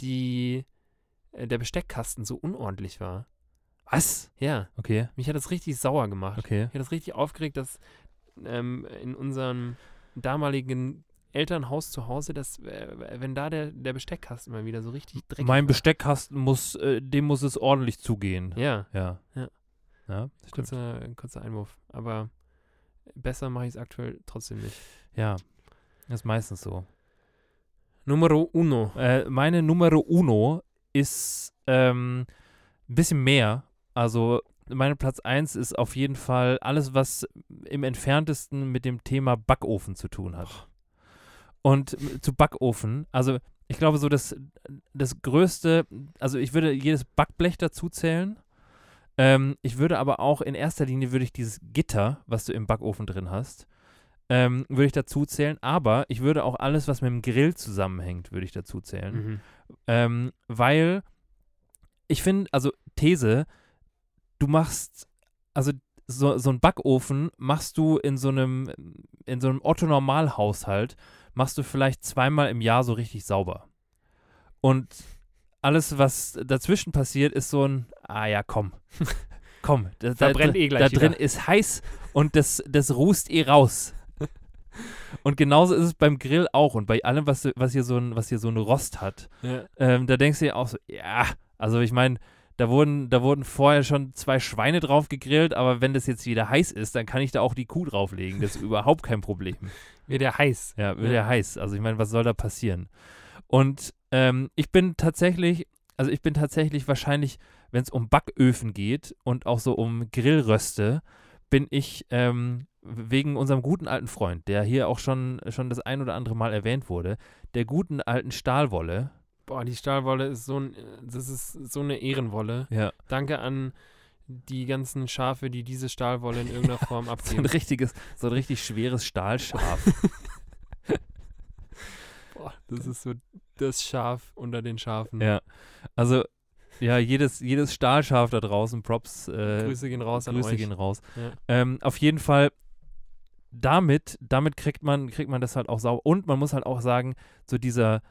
[SPEAKER 2] die, äh, der Besteckkasten so unordentlich war.
[SPEAKER 1] was?
[SPEAKER 2] Ja,
[SPEAKER 1] Okay,
[SPEAKER 2] mich hat das richtig sauer gemacht.
[SPEAKER 1] okay.
[SPEAKER 2] Ich habe das richtig aufgeregt, dass ähm, in unserem damaligen Elternhaus zu Hause, dass äh, wenn da der, der Besteckkasten mal wieder so richtig dreckig
[SPEAKER 1] Mein
[SPEAKER 2] war.
[SPEAKER 1] Besteckkasten muss, äh, dem muss es ordentlich zugehen.
[SPEAKER 2] Ja,
[SPEAKER 1] Ja.
[SPEAKER 2] Ja.
[SPEAKER 1] Ja, das stimmt.
[SPEAKER 2] kurzer, kurzer Einwurf. Aber besser mache ich es aktuell trotzdem nicht.
[SPEAKER 1] Ja. Das ist meistens so.
[SPEAKER 2] Numero uno.
[SPEAKER 1] Äh, meine Numero uno ist ähm, ein bisschen mehr. Also meine Platz 1 ist auf jeden Fall alles, was im entferntesten mit dem Thema Backofen zu tun hat. Und m- zu Backofen, also ich glaube so das, das größte, also ich würde jedes Backblech dazu zählen. Ähm, ich würde aber auch in erster Linie würde ich dieses Gitter, was du im Backofen drin hast, ähm, würde ich dazu zählen. Aber ich würde auch alles, was mit dem Grill zusammenhängt, würde ich dazu zählen.
[SPEAKER 2] Mhm.
[SPEAKER 1] Ähm, weil ich finde, also These, du machst, also so, so einen Backofen machst du in so einem, in so einem Otto-Normal-Haushalt, machst du vielleicht zweimal im Jahr so richtig sauber. Und alles, was dazwischen passiert, ist so ein, ah ja, komm, komm, da,
[SPEAKER 2] Da
[SPEAKER 1] da,
[SPEAKER 2] brennt eh gleich
[SPEAKER 1] da drin
[SPEAKER 2] wieder.
[SPEAKER 1] ist heiß und das, das rußt eh raus. Und genauso ist es beim Grill auch und bei allem, was, was, hier, so ein, was hier so ein Rost hat
[SPEAKER 2] Ja.
[SPEAKER 1] ähm, da denkst du dir auch so, ja, also ich meine, da wurden, da wurden vorher schon zwei Schweine drauf gegrillt, aber wenn das jetzt wieder heiß ist, dann kann ich da auch die Kuh drauflegen. Das ist überhaupt kein Problem.
[SPEAKER 2] Wird ja heiß.
[SPEAKER 1] Ja, wird
[SPEAKER 2] Ja.
[SPEAKER 1] ja heiß. Also ich meine, was soll da passieren? Und ähm, ich bin tatsächlich, also ich bin tatsächlich wahrscheinlich, wenn es um Backöfen geht und auch so um Grillröste, bin ich ähm, wegen unserem guten alten Freund, der hier auch schon, schon das ein oder andere Mal erwähnt wurde, der guten alten Stahlwolle.
[SPEAKER 2] Boah, die Stahlwolle ist so ein, das ist so eine Ehrenwolle.
[SPEAKER 1] Ja.
[SPEAKER 2] Danke an die ganzen Schafe, die diese Stahlwolle in irgendeiner Form
[SPEAKER 1] So ein
[SPEAKER 2] abziehen.
[SPEAKER 1] richtiges, so ein richtig schweres Stahlschaf.
[SPEAKER 2] Boah, das ist so das Schaf unter den Schafen.
[SPEAKER 1] ja. Also, ja, jedes, jedes Stahlschaf da draußen, Props, äh,
[SPEAKER 2] Grüße gehen raus an
[SPEAKER 1] Grüße
[SPEAKER 2] euch.
[SPEAKER 1] gehen raus.
[SPEAKER 2] Ja.
[SPEAKER 1] Ähm, auf jeden Fall, damit, damit kriegt man, kriegt man das halt auch sauber. Und man muss halt auch sagen, so dieser,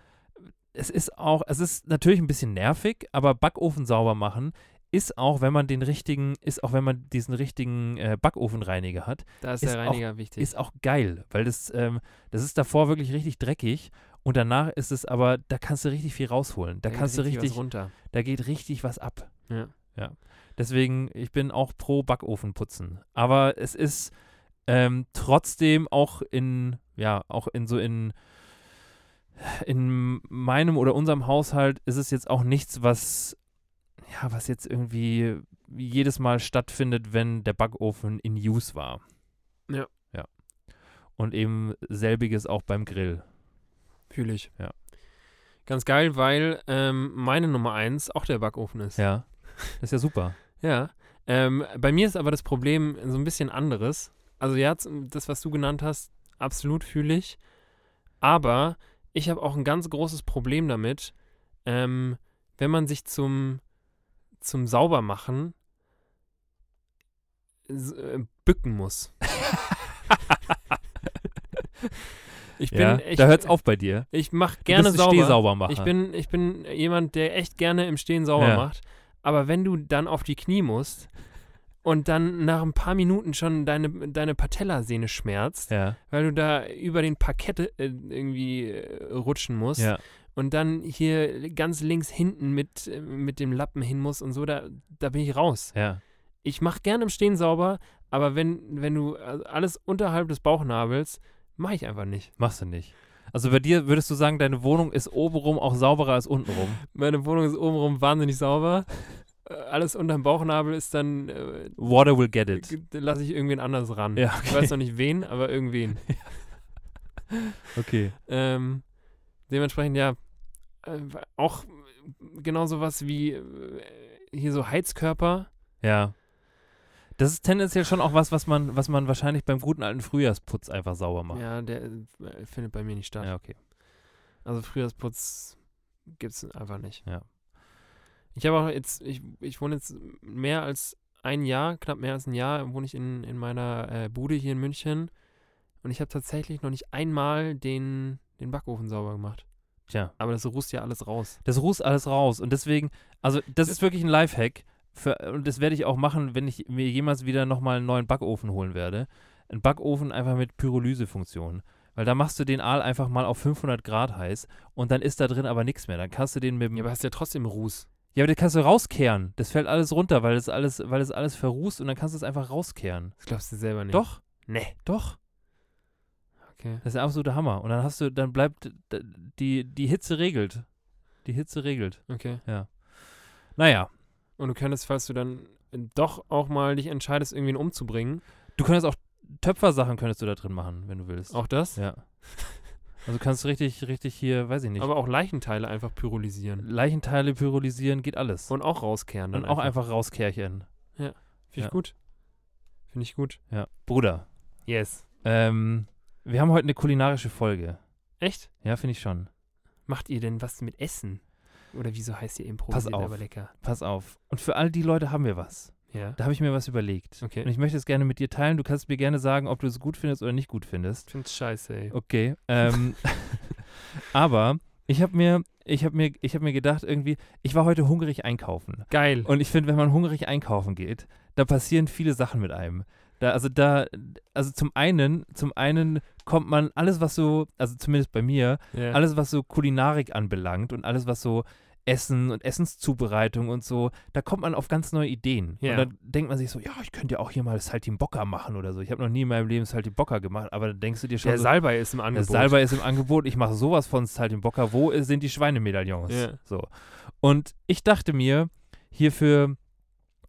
[SPEAKER 1] es ist auch, es ist natürlich ein bisschen nervig, aber Backofen sauber machen ist auch, wenn man den richtigen, ist auch, wenn man diesen richtigen äh, Backofenreiniger hat,
[SPEAKER 2] Da ist,
[SPEAKER 1] Ist
[SPEAKER 2] der
[SPEAKER 1] auch-
[SPEAKER 2] Reiniger wichtig.
[SPEAKER 1] ist auch geil, weil das, ähm, das ist davor wirklich richtig dreckig und danach ist es aber, da kannst du richtig viel rausholen. Da
[SPEAKER 2] geht
[SPEAKER 1] kannst du
[SPEAKER 2] was
[SPEAKER 1] richtig,
[SPEAKER 2] runter.
[SPEAKER 1] da geht richtig was ab.
[SPEAKER 2] Ja.
[SPEAKER 1] Deswegen, ich bin auch pro Backofen putzen. Aber es ist ähm, trotzdem auch in, ja, auch in so in, in meinem oder unserem Haushalt ist es jetzt auch nichts, was, ja, was jetzt irgendwie jedes Mal stattfindet, wenn der Backofen in Use war.
[SPEAKER 2] Ja.
[SPEAKER 1] Ja. Und eben selbiges auch beim Grill.
[SPEAKER 2] Fühle ich.
[SPEAKER 1] Ja.
[SPEAKER 2] Ganz geil, weil ähm, meine Nummer eins auch der Backofen ist.
[SPEAKER 1] Ja. Das ist ja super.
[SPEAKER 2] Ja. Ähm, bei mir ist aber das Problem so ein bisschen anderes. Also ja, z- das, was du genannt hast, absolut fühle ich. Aber ich habe auch ein ganz großes Problem damit, ähm, wenn man sich zum, zum Saubermachen s- äh, bücken muss. ich bin,
[SPEAKER 1] ja.
[SPEAKER 2] ich,
[SPEAKER 1] da hört's auf bei dir.
[SPEAKER 2] ich mache
[SPEAKER 1] Du
[SPEAKER 2] gerne
[SPEAKER 1] bist ein
[SPEAKER 2] sauber.
[SPEAKER 1] Stehsaubermacher.
[SPEAKER 2] Ich bin, ich bin jemand, der echt gerne im Stehen sauber
[SPEAKER 1] Ja.
[SPEAKER 2] macht. Aber wenn du dann auf die Knie musst und dann nach ein paar Minuten schon deine, deine Patellasehne schmerzt,
[SPEAKER 1] Ja.
[SPEAKER 2] weil du da über den Parkett äh, irgendwie äh, rutschen musst
[SPEAKER 1] Ja.
[SPEAKER 2] und dann hier ganz links hinten mit, äh, mit dem Lappen hin musst und so, da, da bin ich raus.
[SPEAKER 1] Ja.
[SPEAKER 2] Ich mache gerne im Stehen sauber, aber wenn, wenn du äh, alles unterhalb des Bauchnabels, mache ich einfach nicht.
[SPEAKER 1] Machst du nicht. Also bei dir würdest du sagen, deine Wohnung ist obenrum auch sauberer als untenrum.
[SPEAKER 2] Meine Wohnung ist obenrum wahnsinnig sauber. Äh, Alles unterm Bauchnabel ist dann, äh,
[SPEAKER 1] Water will get it.
[SPEAKER 2] lasse ich irgendwen anders ran.
[SPEAKER 1] Ja,
[SPEAKER 2] Ich weiß noch nicht wen, aber irgendwen.
[SPEAKER 1] Okay.
[SPEAKER 2] ähm, dementsprechend, ja, äh, auch genauso was wie äh, hier so Heizkörper.
[SPEAKER 1] Ja. Das ist tendenziell schon auch was, was man, was man wahrscheinlich beim guten alten Frühjahrsputz einfach sauber macht.
[SPEAKER 2] Ja, der äh, findet bei mir nicht statt.
[SPEAKER 1] Ja, okay.
[SPEAKER 2] Also Frühjahrsputz gibt es einfach nicht.
[SPEAKER 1] Ja.
[SPEAKER 2] Ich habe auch jetzt, ich, ich wohne jetzt mehr als ein Jahr, knapp mehr als ein Jahr, wohne ich in, in meiner äh, Bude hier in München. Und ich habe tatsächlich noch nicht einmal den, den Backofen sauber gemacht.
[SPEAKER 1] Tja.
[SPEAKER 2] Aber das rußt ja alles raus.
[SPEAKER 1] Das rußt alles raus. Und deswegen, also das ist wirklich ein Lifehack. Für, und das werde ich auch machen, wenn ich mir jemals wieder nochmal einen neuen Backofen holen werde. Ein Backofen einfach mit Pyrolysefunktion. Weil da machst du den Aal einfach mal auf 500 Grad heiß und dann ist da drin aber nichts mehr. Dann kannst du den mit dem
[SPEAKER 2] Ja, aber hast ja trotzdem Ruß.
[SPEAKER 1] Ja, aber das kannst du rauskehren. Das fällt alles runter, weil das alles, weil das alles verrußt und dann kannst du es einfach rauskehren.
[SPEAKER 2] Das glaubst du selber nicht.
[SPEAKER 1] Doch,
[SPEAKER 2] Nee.
[SPEAKER 1] doch.
[SPEAKER 2] Okay.
[SPEAKER 1] Das ist der absolute Hammer. Und dann hast du, dann bleibt d- die, die Hitze regelt. Die Hitze regelt.
[SPEAKER 2] Okay.
[SPEAKER 1] Naja,
[SPEAKER 2] Und du könntest, falls du dann doch auch mal dich entscheidest, irgendwen umzubringen,
[SPEAKER 1] du könntest auch Töpfersachen könntest du da drin machen, wenn du willst.
[SPEAKER 2] auch das,
[SPEAKER 1] Ja. Also kannst du richtig, richtig hier, weiß ich nicht,
[SPEAKER 2] aber auch Leichenteile einfach pyrolisieren.
[SPEAKER 1] Leichenteile pyrolysieren, geht alles.
[SPEAKER 2] Und auch rauskehren. Dann
[SPEAKER 1] Und auch einfach rauskerchen.
[SPEAKER 2] Finde ich
[SPEAKER 1] Ja.
[SPEAKER 2] gut. Finde ich gut.
[SPEAKER 1] Ja. Bruder,
[SPEAKER 2] Yes.
[SPEAKER 1] ähm, wir haben heute eine kulinarische Folge.
[SPEAKER 2] Echt?
[SPEAKER 1] Ja, finde ich schon.
[SPEAKER 2] Macht ihr denn was mit Essen? Oder wieso heißt ihr Improvisiert
[SPEAKER 1] auf.
[SPEAKER 2] aber lecker?
[SPEAKER 1] Pass auf. Und für all die Leute haben wir was.
[SPEAKER 2] Ja.
[SPEAKER 1] Da habe ich mir was überlegt.
[SPEAKER 2] Okay.
[SPEAKER 1] Und ich möchte es gerne mit dir teilen. Du kannst mir gerne sagen, ob du es gut findest oder nicht gut findest.
[SPEAKER 2] Ich find's scheiße, ey.
[SPEAKER 1] Okay. Ähm, aber ich habe mir, ich habe mir, ich habe mir gedacht, irgendwie, ich war heute hungrig einkaufen.
[SPEAKER 2] Geil.
[SPEAKER 1] Und ich finde, wenn man hungrig einkaufen geht, da passieren viele Sachen mit einem. Da, also da, also zum einen, zum einen kommt man alles, was so, also zumindest bei mir,
[SPEAKER 2] Ja.
[SPEAKER 1] alles, was so Kulinarik anbelangt und alles, was so Essen und Essenszubereitung und so, da kommt man auf ganz neue Ideen.
[SPEAKER 2] Ja.
[SPEAKER 1] Und dann denkt man sich so, ja, ich könnte ja auch hier mal Saltimbocca machen oder so. Ich habe noch nie in meinem Leben Saltimbocca gemacht, aber dann denkst du dir schon,
[SPEAKER 2] der
[SPEAKER 1] so,
[SPEAKER 2] Salbei ist im
[SPEAKER 1] der
[SPEAKER 2] Angebot.
[SPEAKER 1] Salbei ist im Angebot, ich mache sowas von Saltimbocca, wo sind die Schweinemedaillons?
[SPEAKER 2] Ja.
[SPEAKER 1] So. Und ich dachte mir, hierfür,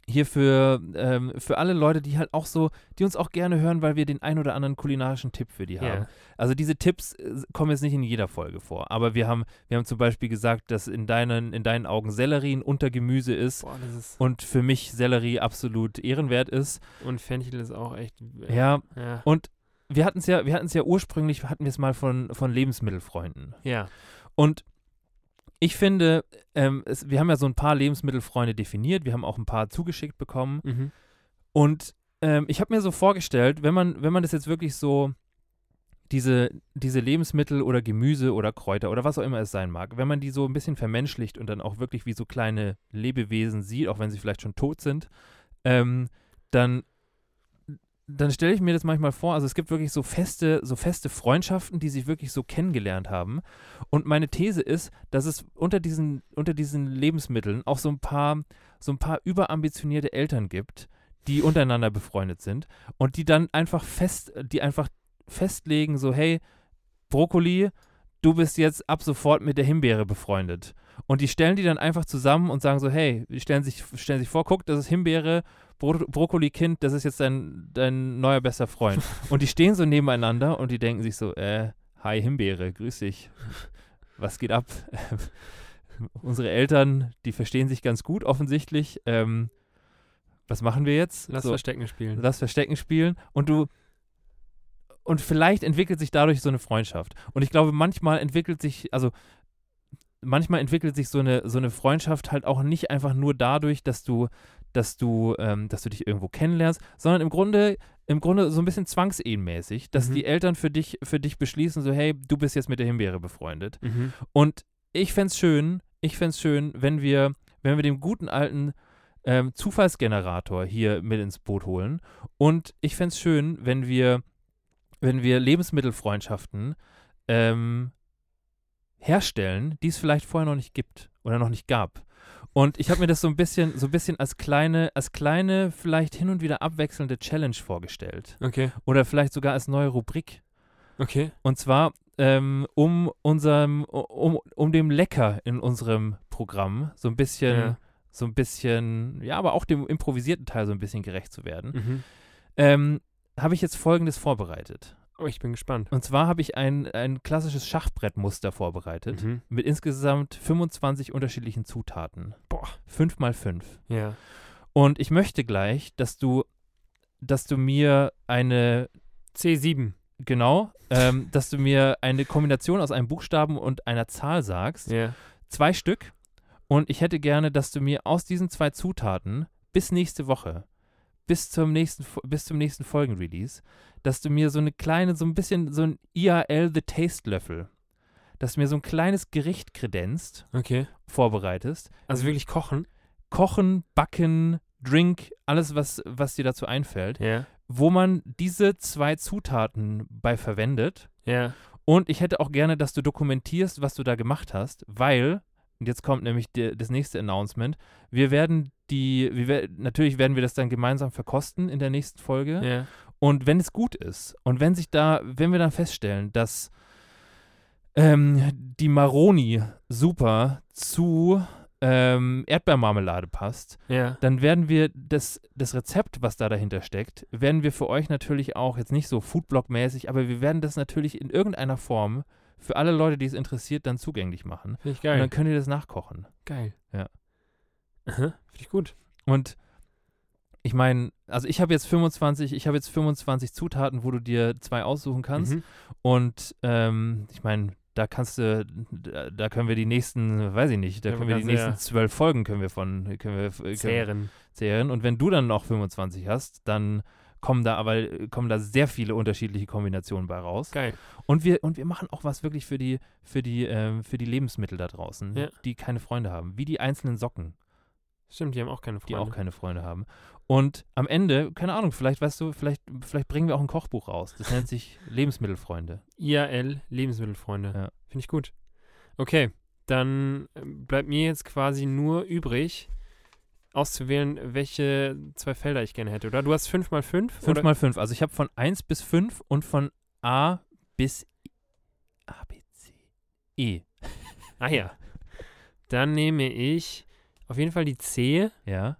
[SPEAKER 1] hierfür, ähm, für alle Leute, die halt auch so, die uns auch gerne hören, weil wir den ein oder anderen kulinarischen Tipp für die haben.
[SPEAKER 2] Ja.
[SPEAKER 1] Also diese Tipps äh, kommen jetzt nicht in jeder Folge vor, aber wir haben, wir haben zum Beispiel gesagt, dass in deinen, in deinen Augen Sellerie ein Untergemüse ist
[SPEAKER 2] Boah, das ist.
[SPEAKER 1] und für mich Sellerie absolut ehrenwert ist.
[SPEAKER 2] Und Fenchel ist auch echt.
[SPEAKER 1] Ja,
[SPEAKER 2] Ja.
[SPEAKER 1] und wir hatten es ja, wir hatten es ja ursprünglich, hatten wir es mal von, von Lebensmittelfreunden.
[SPEAKER 2] Ja.
[SPEAKER 1] Und ich finde, ähm, es, wir haben ja so ein paar Lebensmittelfreunde definiert, wir haben auch ein paar zugeschickt bekommen.
[SPEAKER 2] Mhm.
[SPEAKER 1] Und ähm, ich habe mir so vorgestellt, wenn man, wenn man das jetzt wirklich so, diese, diese Lebensmittel oder Gemüse oder Kräuter oder was auch immer es sein mag, wenn man die so ein bisschen vermenschlicht und dann auch wirklich wie so kleine Lebewesen sieht, auch wenn sie vielleicht schon tot sind, ähm, dann, dann stelle ich mir das manchmal vor, also es gibt wirklich so feste, so feste Freundschaften, die sich wirklich so kennengelernt haben. Und meine These ist, dass es unter diesen, unter diesen Lebensmitteln auch so ein paar, so ein paar überambitionierte Eltern gibt, die untereinander befreundet sind und die dann einfach fest, die einfach festlegen, so hey, Brokkoli, du bist jetzt ab sofort mit der Himbeere befreundet. Und die stellen die dann einfach zusammen und sagen so, hey, die stellen sich, stellen sich vor, guck, das ist Himbeere, Bro Brokkoli-Kind, das ist jetzt dein, dein neuer bester Freund. und die stehen so nebeneinander und die denken sich so, äh, hi Himbeere, grüß dich. Was geht ab? Unsere Eltern, die verstehen sich ganz gut offensichtlich. Ähm, was machen wir jetzt?
[SPEAKER 2] Lass
[SPEAKER 1] So.
[SPEAKER 2] Verstecken spielen.
[SPEAKER 1] Lass Verstecken spielen und du. Und vielleicht entwickelt sich dadurch so eine Freundschaft. Und ich glaube, manchmal entwickelt sich, also manchmal entwickelt sich so eine, so eine Freundschaft halt auch nicht einfach nur dadurch, dass du, dass du, ähm, dass du dich irgendwo kennenlernst, sondern im Grunde, im Grunde so ein bisschen zwangsehenmäßig, dass
[SPEAKER 2] Mhm.
[SPEAKER 1] die Eltern für dich, für dich beschließen, so, hey, du bist jetzt mit der Himbeere befreundet.
[SPEAKER 2] Mhm.
[SPEAKER 1] Und ich fände es schön, ich fände schön, wenn wir, wenn wir den guten alten ähm, Zufallsgenerator hier mit ins Boot holen. Und ich fände es schön, wenn wir, wenn wir Lebensmittelfreundschaften ähm, herstellen, die es vielleicht vorher noch nicht gibt oder noch nicht gab. Und ich habe mir das so ein bisschen, so ein bisschen als kleine, als kleine, vielleicht hin und wieder abwechselnde Challenge vorgestellt.
[SPEAKER 2] Okay.
[SPEAKER 1] Oder vielleicht sogar als neue Rubrik.
[SPEAKER 2] Okay.
[SPEAKER 1] Und zwar ähm, um unserem, um, um dem Lecker in unserem Programm so ein bisschen,
[SPEAKER 2] Ja.
[SPEAKER 1] so ein bisschen, ja, aber auch dem improvisierten Teil so ein bisschen gerecht zu werden,
[SPEAKER 2] Mhm.
[SPEAKER 1] ähm, habe ich jetzt folgendes vorbereitet.
[SPEAKER 2] Oh, ich bin gespannt.
[SPEAKER 1] Und zwar habe ich ein, ein klassisches Schachbrettmuster vorbereitet
[SPEAKER 2] Mhm.
[SPEAKER 1] mit insgesamt 25 unterschiedlichen Zutaten.
[SPEAKER 2] Boah.
[SPEAKER 1] Fünf mal fünf.
[SPEAKER 2] Ja.
[SPEAKER 1] Und ich möchte gleich, dass du, dass du mir eine
[SPEAKER 2] C7.
[SPEAKER 1] Genau, ähm, dass du mir eine Kombination aus einem Buchstaben und einer Zahl sagst.
[SPEAKER 2] Ja.
[SPEAKER 1] Zwei Stück. Und ich hätte gerne, dass du mir aus diesen zwei Zutaten bis nächste Woche, bis zum nächsten, Fo- bis zum nächsten Folgenrelease, dass du mir so eine kleine, so ein bisschen so ein IRL The Taste Löffel, dass du mir so ein kleines Gericht kredenzt,
[SPEAKER 2] Okay.
[SPEAKER 1] vorbereitest.
[SPEAKER 2] Also wirklich kochen.
[SPEAKER 1] Kochen, Backen, Drink, alles, was, was dir dazu einfällt,
[SPEAKER 2] Ja.
[SPEAKER 1] wo man diese zwei Zutaten bei verwendet.
[SPEAKER 2] Ja.
[SPEAKER 1] Und ich hätte auch gerne, dass du dokumentierst, was du da gemacht hast, weil, und jetzt kommt nämlich der- das nächste Announcement, wir werden die, wir, wer- natürlich werden wir das dann gemeinsam verkosten in der nächsten Folge.
[SPEAKER 2] Ja.
[SPEAKER 1] Und wenn es gut ist und wenn sich da, wenn wir dann feststellen, dass ähm, die Maroni super zu ähm, Erdbeermarmelade passt,
[SPEAKER 2] Ja.
[SPEAKER 1] dann werden wir das, das Rezept, was da dahinter steckt, werden wir für euch natürlich auch, jetzt nicht so Foodblog-mäßig, aber wir werden das natürlich in irgendeiner Form für alle Leute, die es interessiert, dann zugänglich machen.
[SPEAKER 2] Finde ich
[SPEAKER 1] Und
[SPEAKER 2] geil.
[SPEAKER 1] dann könnt ihr das nachkochen.
[SPEAKER 2] Geil.
[SPEAKER 1] Ja.
[SPEAKER 2] Aha. Finde ich gut.
[SPEAKER 1] Und ich meine, also ich habe jetzt 25, ich habe jetzt 25 Zutaten, wo du dir zwei aussuchen kannst.
[SPEAKER 2] Mhm.
[SPEAKER 1] Und ähm, ich meine, da kannst du, da, da können wir die nächsten, weiß ich nicht, da
[SPEAKER 2] Ja,
[SPEAKER 1] können
[SPEAKER 2] man
[SPEAKER 1] wir die
[SPEAKER 2] kann sehr-
[SPEAKER 1] nächsten zwölf Folgen können wir von, können wir, können,
[SPEAKER 2] Zehren.
[SPEAKER 1] Serien. Und wenn du dann noch 25 hast, dann kommen da aber kommen da sehr viele unterschiedliche Kombinationen bei raus.
[SPEAKER 2] Geil.
[SPEAKER 1] Und wir und wir machen auch was wirklich für die für die ähm, für die Lebensmittel da draußen,
[SPEAKER 2] Ja.
[SPEAKER 1] die keine Freunde haben, wie die einzelnen Socken,
[SPEAKER 2] Stimmt, die haben auch keine
[SPEAKER 1] die
[SPEAKER 2] Freunde.
[SPEAKER 1] auch keine Freunde haben. Und am Ende, keine Ahnung, vielleicht weißt du, vielleicht vielleicht bringen wir auch ein Kochbuch raus. Das nennt sich Lebensmittelfreunde.
[SPEAKER 2] IAL, Lebensmittelfreunde.
[SPEAKER 1] Ja.
[SPEAKER 2] Finde ich gut. Okay, dann ähm, bleibt mir jetzt quasi nur übrig, auszuwählen, welche zwei Felder ich gerne hätte, oder? Du hast 5 mal 5?
[SPEAKER 1] 5 mal 5, also ich habe von 1 bis 5 und von A bis I- A B C E.
[SPEAKER 2] Ah ja. Dann nehme ich auf jeden Fall die C.
[SPEAKER 1] Ja?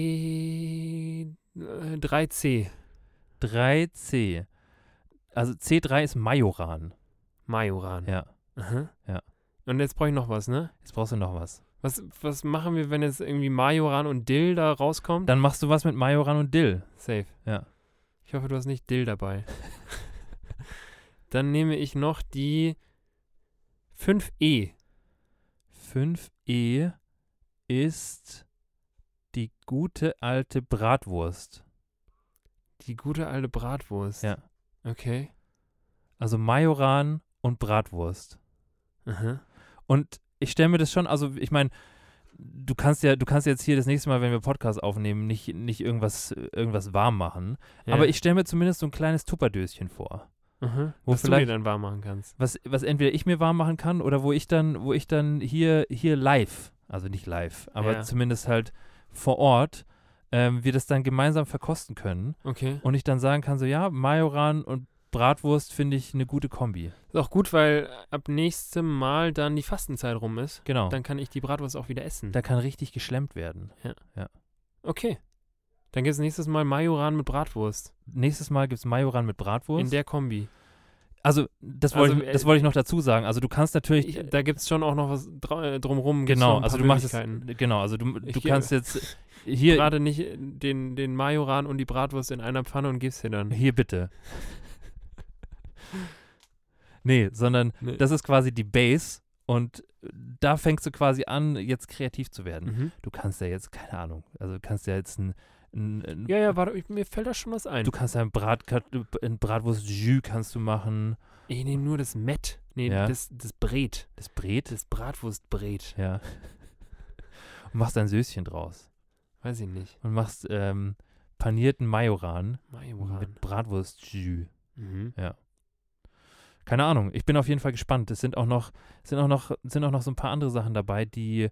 [SPEAKER 2] C. äh, 3C.
[SPEAKER 1] 3C. Also C3 ist Majoran.
[SPEAKER 2] Majoran.
[SPEAKER 1] Ja.
[SPEAKER 2] Aha.
[SPEAKER 1] Ja.
[SPEAKER 2] Und jetzt brauche ich noch was, ne?
[SPEAKER 1] Jetzt brauchst du noch was.
[SPEAKER 2] Was, was machen wir, wenn jetzt irgendwie Majoran und Dill da rauskommt?
[SPEAKER 1] Dann machst du was mit Majoran und Dill.
[SPEAKER 2] Safe.
[SPEAKER 1] Ja.
[SPEAKER 2] Ich hoffe, du hast nicht Dill dabei. Dann nehme ich noch die
[SPEAKER 1] E.
[SPEAKER 2] 5E.
[SPEAKER 1] 5e E ist die gute alte Bratwurst.
[SPEAKER 2] Die gute alte Bratwurst.
[SPEAKER 1] Ja.
[SPEAKER 2] Okay.
[SPEAKER 1] Also Majoran und Bratwurst.
[SPEAKER 2] Aha.
[SPEAKER 1] Und ich stelle mir das schon, also ich meine, du kannst ja, du kannst jetzt hier das nächste Mal, wenn wir Podcast aufnehmen, nicht, nicht irgendwas, irgendwas warm machen.
[SPEAKER 2] Ja.
[SPEAKER 1] Aber ich stelle mir zumindest so ein kleines Tupperdöschen vor.
[SPEAKER 2] Aha.
[SPEAKER 1] Wo
[SPEAKER 2] Was du dir
[SPEAKER 1] vielleicht-
[SPEAKER 2] dann warm machen kannst.
[SPEAKER 1] Was, was entweder ich mir warm machen kann oder wo ich dann, wo ich dann hier, hier live, also nicht live, aber
[SPEAKER 2] Ja.
[SPEAKER 1] zumindest halt vor Ort, ähm, wir das dann gemeinsam verkosten können.
[SPEAKER 2] Okay.
[SPEAKER 1] und ich dann sagen kann, so ja, Majoran und Bratwurst finde ich eine gute Kombi.
[SPEAKER 2] Ist auch gut, weil ab nächstem Mal dann die Fastenzeit rum ist.
[SPEAKER 1] Genau.
[SPEAKER 2] Dann kann ich die Bratwurst auch wieder essen.
[SPEAKER 1] da kann richtig geschlemmt werden.
[SPEAKER 2] Okay. Dann gibt es nächstes Mal Majoran mit Bratwurst.
[SPEAKER 1] Nächstes Mal gibt es Majoran mit Bratwurst.
[SPEAKER 2] In der Kombi.
[SPEAKER 1] also, das
[SPEAKER 2] Also,
[SPEAKER 1] wollte ich, das
[SPEAKER 2] äh,
[SPEAKER 1] wollte ich noch dazu sagen. Also, du kannst natürlich.
[SPEAKER 2] Ich, äh, da gibt es schon auch noch was dra- äh, drumrum. gibt's noch
[SPEAKER 1] genau,
[SPEAKER 2] ein
[SPEAKER 1] also
[SPEAKER 2] paar
[SPEAKER 1] du machst es.
[SPEAKER 2] Möglichkeiten.
[SPEAKER 1] Genau, also du, du
[SPEAKER 2] Ich-
[SPEAKER 1] kannst jetzt. Hier,
[SPEAKER 2] gerade nicht äh, den, den Majoran und die Bratwurst in einer Pfanne und gibst dir dann.
[SPEAKER 1] hier bitte. nee, sondern
[SPEAKER 2] Nee.
[SPEAKER 1] das ist quasi die Base und da fängst du quasi an, jetzt kreativ zu werden.
[SPEAKER 2] Mhm.
[SPEAKER 1] Du kannst ja jetzt, keine Ahnung, also du kannst ja jetzt ein, ein, ein
[SPEAKER 2] Ja, ja, warte, ich, mir fällt da schon was ein.
[SPEAKER 1] Du kannst ein, Brat, ein Bratwurst-Jus kannst du machen.
[SPEAKER 2] ich nehme nur das Met. Nee,
[SPEAKER 1] Ja.
[SPEAKER 2] das, das Bret.
[SPEAKER 1] Das Brät.
[SPEAKER 2] Das Bratwurstbret.
[SPEAKER 1] Ja. Und machst ein Söschen draus.
[SPEAKER 2] Weiß ich nicht.
[SPEAKER 1] Und machst ähm, panierten Majoran
[SPEAKER 2] Majoran.
[SPEAKER 1] mit Bratwurst-Jus.
[SPEAKER 2] Mhm.
[SPEAKER 1] Keine Ahnung. Ich bin auf jeden Fall gespannt. Es sind auch noch, sind auch noch, sind auch noch so ein paar andere Sachen dabei, die,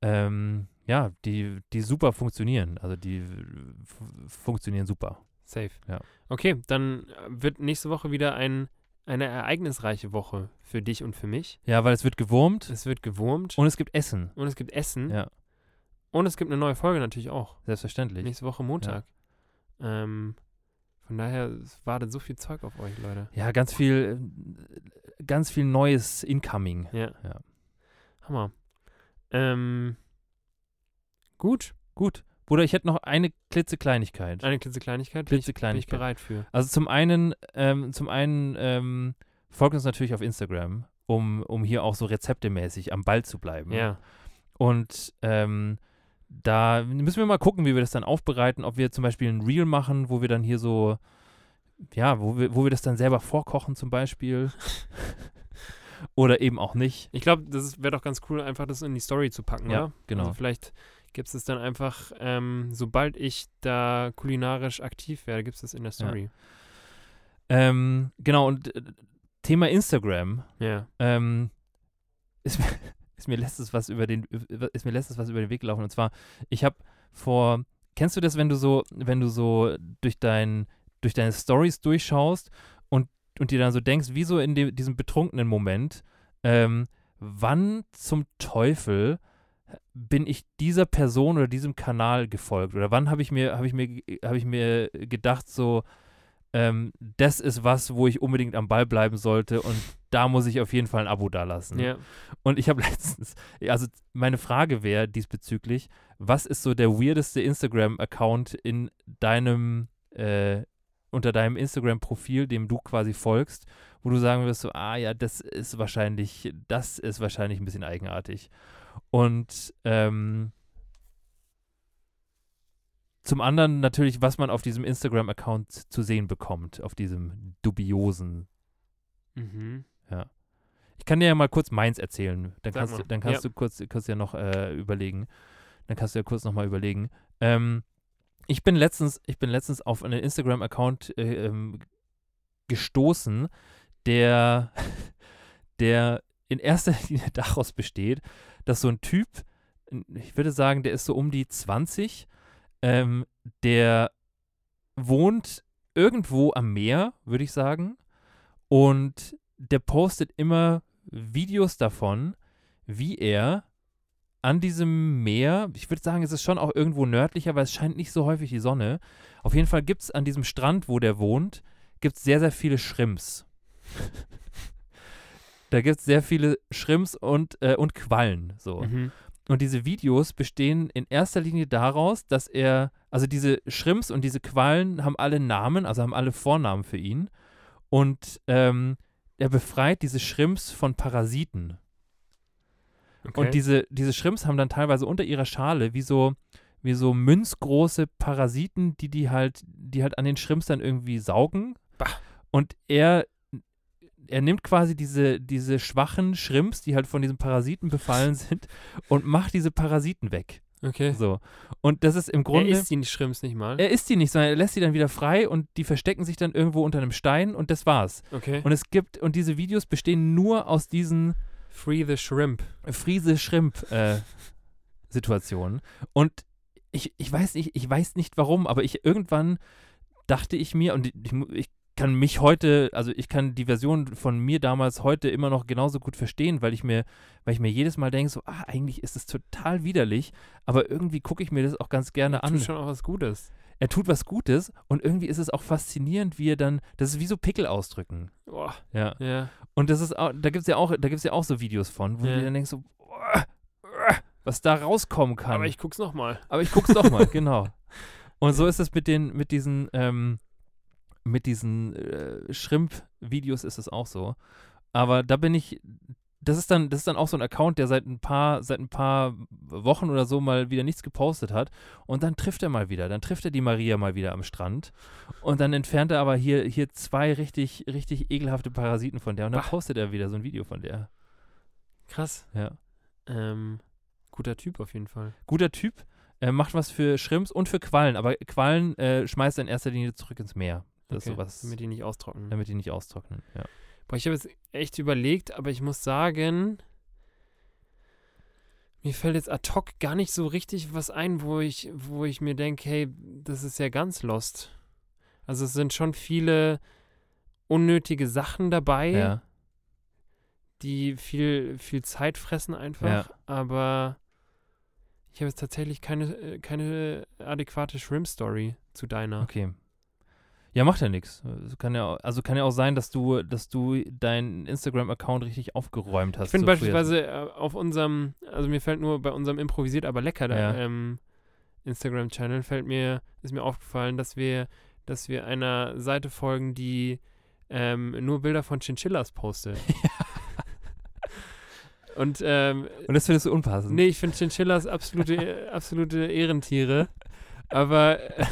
[SPEAKER 1] ähm, ja, die, die super funktionieren. Also die f- funktionieren super.
[SPEAKER 2] Safe.
[SPEAKER 1] Ja.
[SPEAKER 2] Okay, dann äh, wird nächste Woche wieder ein, eine ereignisreiche Woche für dich und für mich.
[SPEAKER 1] Ja, weil es wird gewurmt
[SPEAKER 2] Es wird gewurmt
[SPEAKER 1] und es gibt Essen.
[SPEAKER 2] und es gibt Essen.
[SPEAKER 1] Ja.
[SPEAKER 2] Und es gibt eine neue Folge natürlich auch.
[SPEAKER 1] Selbstverständlich.
[SPEAKER 2] Nächste Woche Montag. Ähm, von daher es wartet so viel Zeug auf euch, Leute.
[SPEAKER 1] Ja, ganz viel, äh, ganz viel Neues incoming.
[SPEAKER 2] Ja.
[SPEAKER 1] Ja.
[SPEAKER 2] Hammer. Ähm, gut.
[SPEAKER 1] Gut. Bruder, ich hätte noch eine klitzekleinigkeit.
[SPEAKER 2] Eine klitzekleinigkeit. Bin Äh, ich- Bin ich
[SPEAKER 1] Klitzekleinigkeit.
[SPEAKER 2] bereit für.
[SPEAKER 1] Also zum einen, ähm, zum einen ähm, folgt uns natürlich auf Instagram, um, um hier auch so rezeptemäßig am Ball zu bleiben.
[SPEAKER 2] Ja.
[SPEAKER 1] Und ähm, da müssen wir mal gucken, wie wir das dann aufbereiten, ob wir zum Beispiel ein Reel machen, wo wir dann hier so, ja, wo wir, wo wir das dann selber vorkochen zum Beispiel. Oder eben auch nicht.
[SPEAKER 2] Ich glaube, das wäre doch ganz cool, einfach das in die Story zu packen,
[SPEAKER 1] Ja,
[SPEAKER 2] oder?
[SPEAKER 1] genau.
[SPEAKER 2] Also vielleicht gibt es dann einfach, ähm, sobald ich da kulinarisch aktiv werde, gibt es das in der Story.
[SPEAKER 1] Ähm, genau, und äh, Thema Instagram.
[SPEAKER 2] Ja.
[SPEAKER 1] Ähm, ist, mir- ist mir letztes was über den über- ist mir letztes was über den Weg gelaufen und zwar ich habe vor kennst du das wenn du so wenn du so durch dein durch deine Stories durchschaust und und dir dann so denkst wie so in dem, diesem betrunkenen Moment ähm, wann zum Teufel bin ich dieser Person oder diesem Kanal gefolgt oder wann habe ich mir habe ich mir habe ich mir gedacht so ähm, das ist was wo ich unbedingt am Ball bleiben sollte und da muss ich auf jeden Fall ein Abo dalassen.
[SPEAKER 2] Ja.
[SPEAKER 1] Und ich habe letztens, also meine Frage wäre diesbezüglich, was ist so der weirdeste Instagram-Account in deinem, äh, unter deinem Instagram-Profil, dem du quasi folgst, wo du sagen wirst, so, ah ja, das ist wahrscheinlich, das ist wahrscheinlich ein bisschen eigenartig. Und ähm, Zum anderen natürlich, was man auf diesem Instagram-Account zu sehen bekommt, auf diesem dubiosen.
[SPEAKER 2] Mhm.
[SPEAKER 1] Ja. Ich kann dir ja mal kurz meins erzählen. Dann
[SPEAKER 2] Sag
[SPEAKER 1] kannst,
[SPEAKER 2] mal.
[SPEAKER 1] du, dann kannst
[SPEAKER 2] Ja.
[SPEAKER 1] du kurz, kurz ja noch äh, überlegen. Dann kannst du ja kurz nochmal überlegen. Ähm, ich bin letztens, ich bin letztens auf einen Instagram-Account äh, ähm, gestoßen, der, der in erster Linie daraus besteht, dass so ein Typ, ich würde sagen, der ist so um die 20, ähm, der wohnt irgendwo am Meer, würde ich sagen, und der postet immer Videos davon, wie er an diesem Meer, ich würde sagen, es ist schon auch irgendwo nördlicher, weil es scheint nicht so häufig die Sonne. Auf jeden Fall gibt es an diesem Strand, wo der wohnt, gibt es sehr, sehr viele Schrimps. da gibt es sehr viele Schrimps und, äh, und Quallen. So.
[SPEAKER 2] Mhm.
[SPEAKER 1] Und diese Videos bestehen in erster Linie daraus, dass er, also diese Schrimps und diese Quallen haben alle Namen, also haben alle Vornamen für ihn. Und ähm, er befreit diese Schrimps von Parasiten.
[SPEAKER 2] Okay.
[SPEAKER 1] Und diese, diese Schrimps haben dann teilweise unter ihrer Schale wie so, wie so münzgroße Parasiten, die die halt, die halt an den Schrimps dann irgendwie saugen.
[SPEAKER 2] Bah.
[SPEAKER 1] Und er, er nimmt quasi diese, diese schwachen Schrimps, die halt von diesen Parasiten befallen sind, und macht diese Parasiten weg.
[SPEAKER 2] okay.
[SPEAKER 1] So. Und das ist im Grunde.
[SPEAKER 2] er isst die ne? Schrimps nicht mal.
[SPEAKER 1] er isst die nicht, sondern er lässt sie dann wieder frei und die verstecken sich dann irgendwo unter einem Stein und das war's.
[SPEAKER 2] okay.
[SPEAKER 1] Und es gibt, und diese Videos bestehen nur aus diesen
[SPEAKER 2] Free the Shrimp.
[SPEAKER 1] Friese-Schrimp-Situation. äh, und ich, ich weiß nicht, ich weiß nicht warum, aber ich irgendwann dachte ich mir, und ich, mu- ich kann mich heute, also ich kann die Version von mir damals heute immer noch genauso gut verstehen, weil ich mir, weil ich mir jedes Mal denke, so, ah, eigentlich ist es total widerlich, aber irgendwie gucke ich mir das auch ganz gerne an.
[SPEAKER 2] Tut schon auch was Gutes.
[SPEAKER 1] Er tut was Gutes und irgendwie ist es auch faszinierend, wie er dann, das ist wie so Pickel ausdrücken.
[SPEAKER 2] Boah.
[SPEAKER 1] Ja.
[SPEAKER 2] Ja.
[SPEAKER 1] Und das ist auch, da gibt es ja auch, da gibt's ja auch so Videos von, wo
[SPEAKER 2] Ja.
[SPEAKER 1] du dir dann denkst so, "Uah, uah", was da rauskommen kann.
[SPEAKER 2] Aber ich guck's nochmal.
[SPEAKER 1] Aber ich guck's doch mal, genau. Und so ist es mit den, mit diesen, ähm, mit diesen äh, Shrimp-Videos ist es auch so. Aber da bin ich, das ist dann, das ist dann auch so ein Account, der seit ein paar, seit ein paar Wochen oder so mal wieder nichts gepostet hat. Und dann trifft er mal wieder, dann trifft er die Maria mal wieder am Strand. Und dann entfernt er aber hier, hier zwei richtig, richtig ekelhafte Parasiten von der. Und dann postet er wieder so ein Video von der.
[SPEAKER 2] Krass.
[SPEAKER 1] Ja.
[SPEAKER 2] Ähm, guter Typ auf jeden Fall.
[SPEAKER 1] guter Typ, äh, macht was für Schrimps und für Quallen, aber Quallen äh, schmeißt er in erster Linie zurück ins Meer. Das
[SPEAKER 2] Okay.
[SPEAKER 1] ist sowas,
[SPEAKER 2] Damit die nicht austrocknen.
[SPEAKER 1] damit die nicht austrocknen. Ja.
[SPEAKER 2] Boah, ich habe jetzt echt überlegt, aber ich muss sagen, mir fällt jetzt ad hoc gar nicht so richtig was ein, wo ich, wo ich mir denke, hey, das ist ja ganz lost. Also es sind schon viele unnötige Sachen dabei,
[SPEAKER 1] Ja.
[SPEAKER 2] die viel, viel Zeit fressen einfach,
[SPEAKER 1] Ja.
[SPEAKER 2] aber ich habe jetzt tatsächlich keine, äh, keine adäquate Shrimp-Story zu deiner.
[SPEAKER 1] Okay. Ja, macht ja nichts. Kann ja, au- also kann ja auch sein, dass du, dass du deinen Instagram-Account richtig aufgeräumt hast.
[SPEAKER 2] Ich finde
[SPEAKER 1] so früh.
[SPEAKER 2] beispielsweise äh, auf unserem, also mir fällt nur bei unserem improvisiert, aber lecker da,
[SPEAKER 1] Ja.
[SPEAKER 2] ähm, Instagram-Channel fällt mir, ist mir aufgefallen, dass wir, dass wir einer Seite folgen, die ähm, nur Bilder von Chinchillas postet. Und ähm,
[SPEAKER 1] Und das findest du unpassend.
[SPEAKER 2] nee, ich finde Chinchillas absolute, absolute Ehrentiere. Aber äh,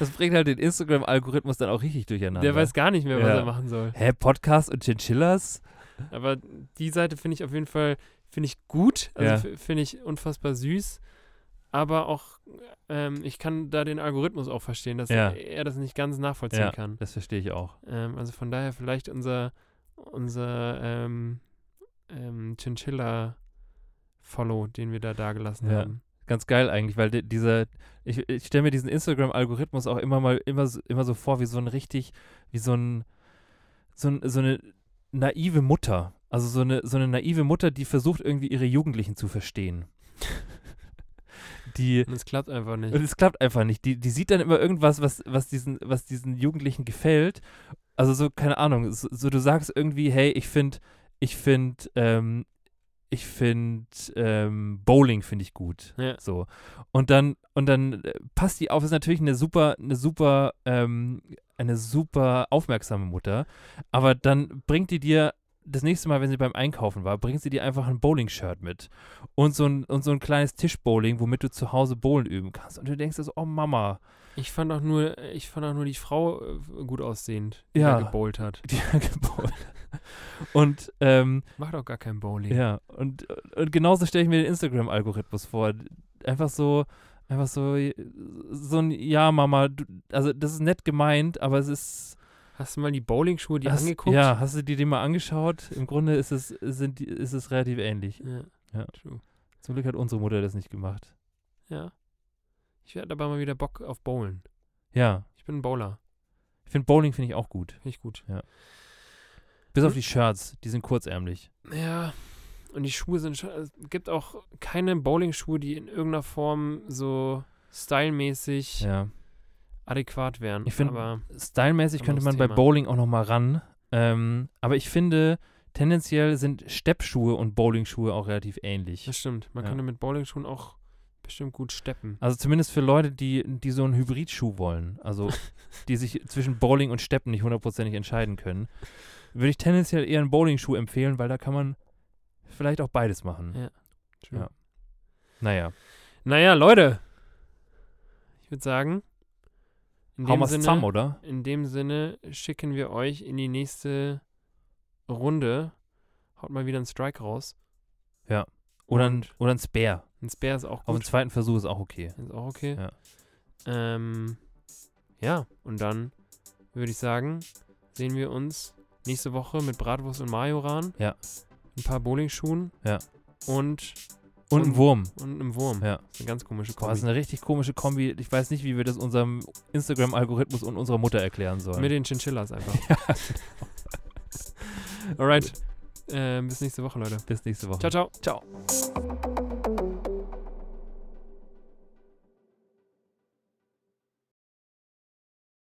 [SPEAKER 1] Das bringt halt den Instagram-Algorithmus dann auch richtig durcheinander.
[SPEAKER 2] der weiß gar nicht mehr, was
[SPEAKER 1] Ja.
[SPEAKER 2] er machen soll.
[SPEAKER 1] Hä, Podcast und Chinchillas?
[SPEAKER 2] Aber die Seite finde ich auf jeden Fall, finde ich gut, also f- finde ich unfassbar süß, aber auch, ähm, ich kann da den Algorithmus auch verstehen, dass
[SPEAKER 1] Ja.
[SPEAKER 2] er das nicht ganz nachvollziehen
[SPEAKER 1] Ja.
[SPEAKER 2] kann.
[SPEAKER 1] Das verstehe ich auch.
[SPEAKER 2] Ähm, also von daher vielleicht unser, unser ähm, ähm, Chinchilla-Follow, den wir da dagelassen
[SPEAKER 1] Ja.
[SPEAKER 2] haben.
[SPEAKER 1] ganz geil eigentlich, weil di- dieser, ich, ich stelle mir diesen Instagram-Algorithmus auch immer mal, immer, so- immer so vor, wie so ein richtig, wie so ein, so, ein, so eine naive Mutter. Also so eine, so eine naive Mutter, die versucht irgendwie ihre Jugendlichen zu verstehen. die,
[SPEAKER 2] Und es klappt einfach nicht.
[SPEAKER 1] und es klappt einfach nicht. Die, die sieht dann immer irgendwas, was, was, diesen, was diesen Jugendlichen gefällt. Also so, keine Ahnung, so, so du sagst irgendwie, hey, ich finde, ich finde, ähm, ich finde, ähm, Bowling finde ich gut.
[SPEAKER 2] Ja.
[SPEAKER 1] So. Und dann, und dann äh, passt die auf, ist natürlich eine super, eine super, ähm, eine super aufmerksame Mutter, aber dann bringt die dir das nächste Mal, wenn sie beim Einkaufen war, bringt sie dir einfach ein Bowling-Shirt mit und so ein, und so ein kleines Tischbowling, womit du zu Hause Bowlen üben kannst. Und du denkst dir so, oh Mama.
[SPEAKER 2] Ich fand auch nur, ich fand auch nur die Frau äh, gut aussehend, die
[SPEAKER 1] Ja.
[SPEAKER 2] da gebowlt hat.
[SPEAKER 1] Die hat gebowlt. und, ähm,
[SPEAKER 2] Macht auch gar kein Bowling.
[SPEAKER 1] ja, und, und genauso stelle ich mir den Instagram-Algorithmus vor. Einfach so, einfach so, so ein, ja Mama, du, also das ist nett gemeint, aber es ist
[SPEAKER 2] Hast du mal die Bowlingschuhe die
[SPEAKER 1] hast,
[SPEAKER 2] angeguckt?
[SPEAKER 1] Ja, hast du dir die mal angeschaut? Im Grunde ist es, sind, die- ist es relativ ähnlich.
[SPEAKER 2] ja.
[SPEAKER 1] Ja.
[SPEAKER 2] True.
[SPEAKER 1] Zum Glück hat unsere Mutter das nicht gemacht.
[SPEAKER 2] Ja. Ich werde aber mal wieder Bock auf Bowlen.
[SPEAKER 1] Ja,
[SPEAKER 2] Ich bin ein Bowler.
[SPEAKER 1] ich finde Bowling finde ich auch gut.
[SPEAKER 2] Finde ich gut.
[SPEAKER 1] Bis
[SPEAKER 2] Hm?
[SPEAKER 1] auf die Shirts, die sind kurzärmlich.
[SPEAKER 2] Ja. Und die Schuhe sind schon. Es gibt auch keine Bowlingschuhe, die in irgendeiner Form so stylmäßig
[SPEAKER 1] Ja.
[SPEAKER 2] adäquat wären.
[SPEAKER 1] Ich find-
[SPEAKER 2] aber
[SPEAKER 1] Stylmäßig könnte
[SPEAKER 2] Anderes
[SPEAKER 1] man bei
[SPEAKER 2] Thema.
[SPEAKER 1] Bowling auch noch mal ran. Ähm, aber ich finde, tendenziell sind Steppschuhe und Bowlingschuhe auch relativ ähnlich.
[SPEAKER 2] das stimmt. Man
[SPEAKER 1] Ja.
[SPEAKER 2] könnte mit Bowlingschuhen auch bestimmt gut steppen.
[SPEAKER 1] Also zumindest für Leute, die, die so einen Hybridschuh wollen, also die sich zwischen Bowling und Steppen nicht hundertprozentig entscheiden können, würde ich tendenziell eher einen Bowlingschuh empfehlen, weil da kann man vielleicht auch beides machen.
[SPEAKER 2] Ja. True.
[SPEAKER 1] Ja. Naja,
[SPEAKER 2] Naja, Leute. Ich würde sagen, in
[SPEAKER 1] hau
[SPEAKER 2] dem,
[SPEAKER 1] mal zusammen,
[SPEAKER 2] Sinne,
[SPEAKER 1] oder?
[SPEAKER 2] in dem Sinne schicken wir euch in die nächste Runde. Haut mal wieder einen Strike raus.
[SPEAKER 1] Oder ein, oder ein Spare.
[SPEAKER 2] Ein Spare ist auch
[SPEAKER 1] Auf den
[SPEAKER 2] gut.
[SPEAKER 1] zweiten Versuch ist auch okay.
[SPEAKER 2] Ist auch okay.
[SPEAKER 1] Ja.
[SPEAKER 2] Ähm, ja, und dann würde ich sagen, sehen wir uns nächste Woche mit Bratwurst und Majoran.
[SPEAKER 1] Ja.
[SPEAKER 2] Ein paar Bowlingschuhen.
[SPEAKER 1] Ja.
[SPEAKER 2] Und,
[SPEAKER 1] Und ein Wurm.
[SPEAKER 2] und einem Wurm.
[SPEAKER 1] Ja.
[SPEAKER 2] Das ist eine ganz komische
[SPEAKER 1] Boah, das ist
[SPEAKER 2] Kombi.
[SPEAKER 1] eine richtig komische Kombi. Ich weiß nicht, wie wir das unserem Instagram-Algorithmus und unserer Mutter erklären sollen.
[SPEAKER 2] Mit den Chinchillas einfach. ja.
[SPEAKER 1] genau.
[SPEAKER 2] Alright. Ähm, bis nächste Woche, Leute.
[SPEAKER 1] Bis nächste Woche.
[SPEAKER 2] Ciao, ciao.
[SPEAKER 1] Ciao.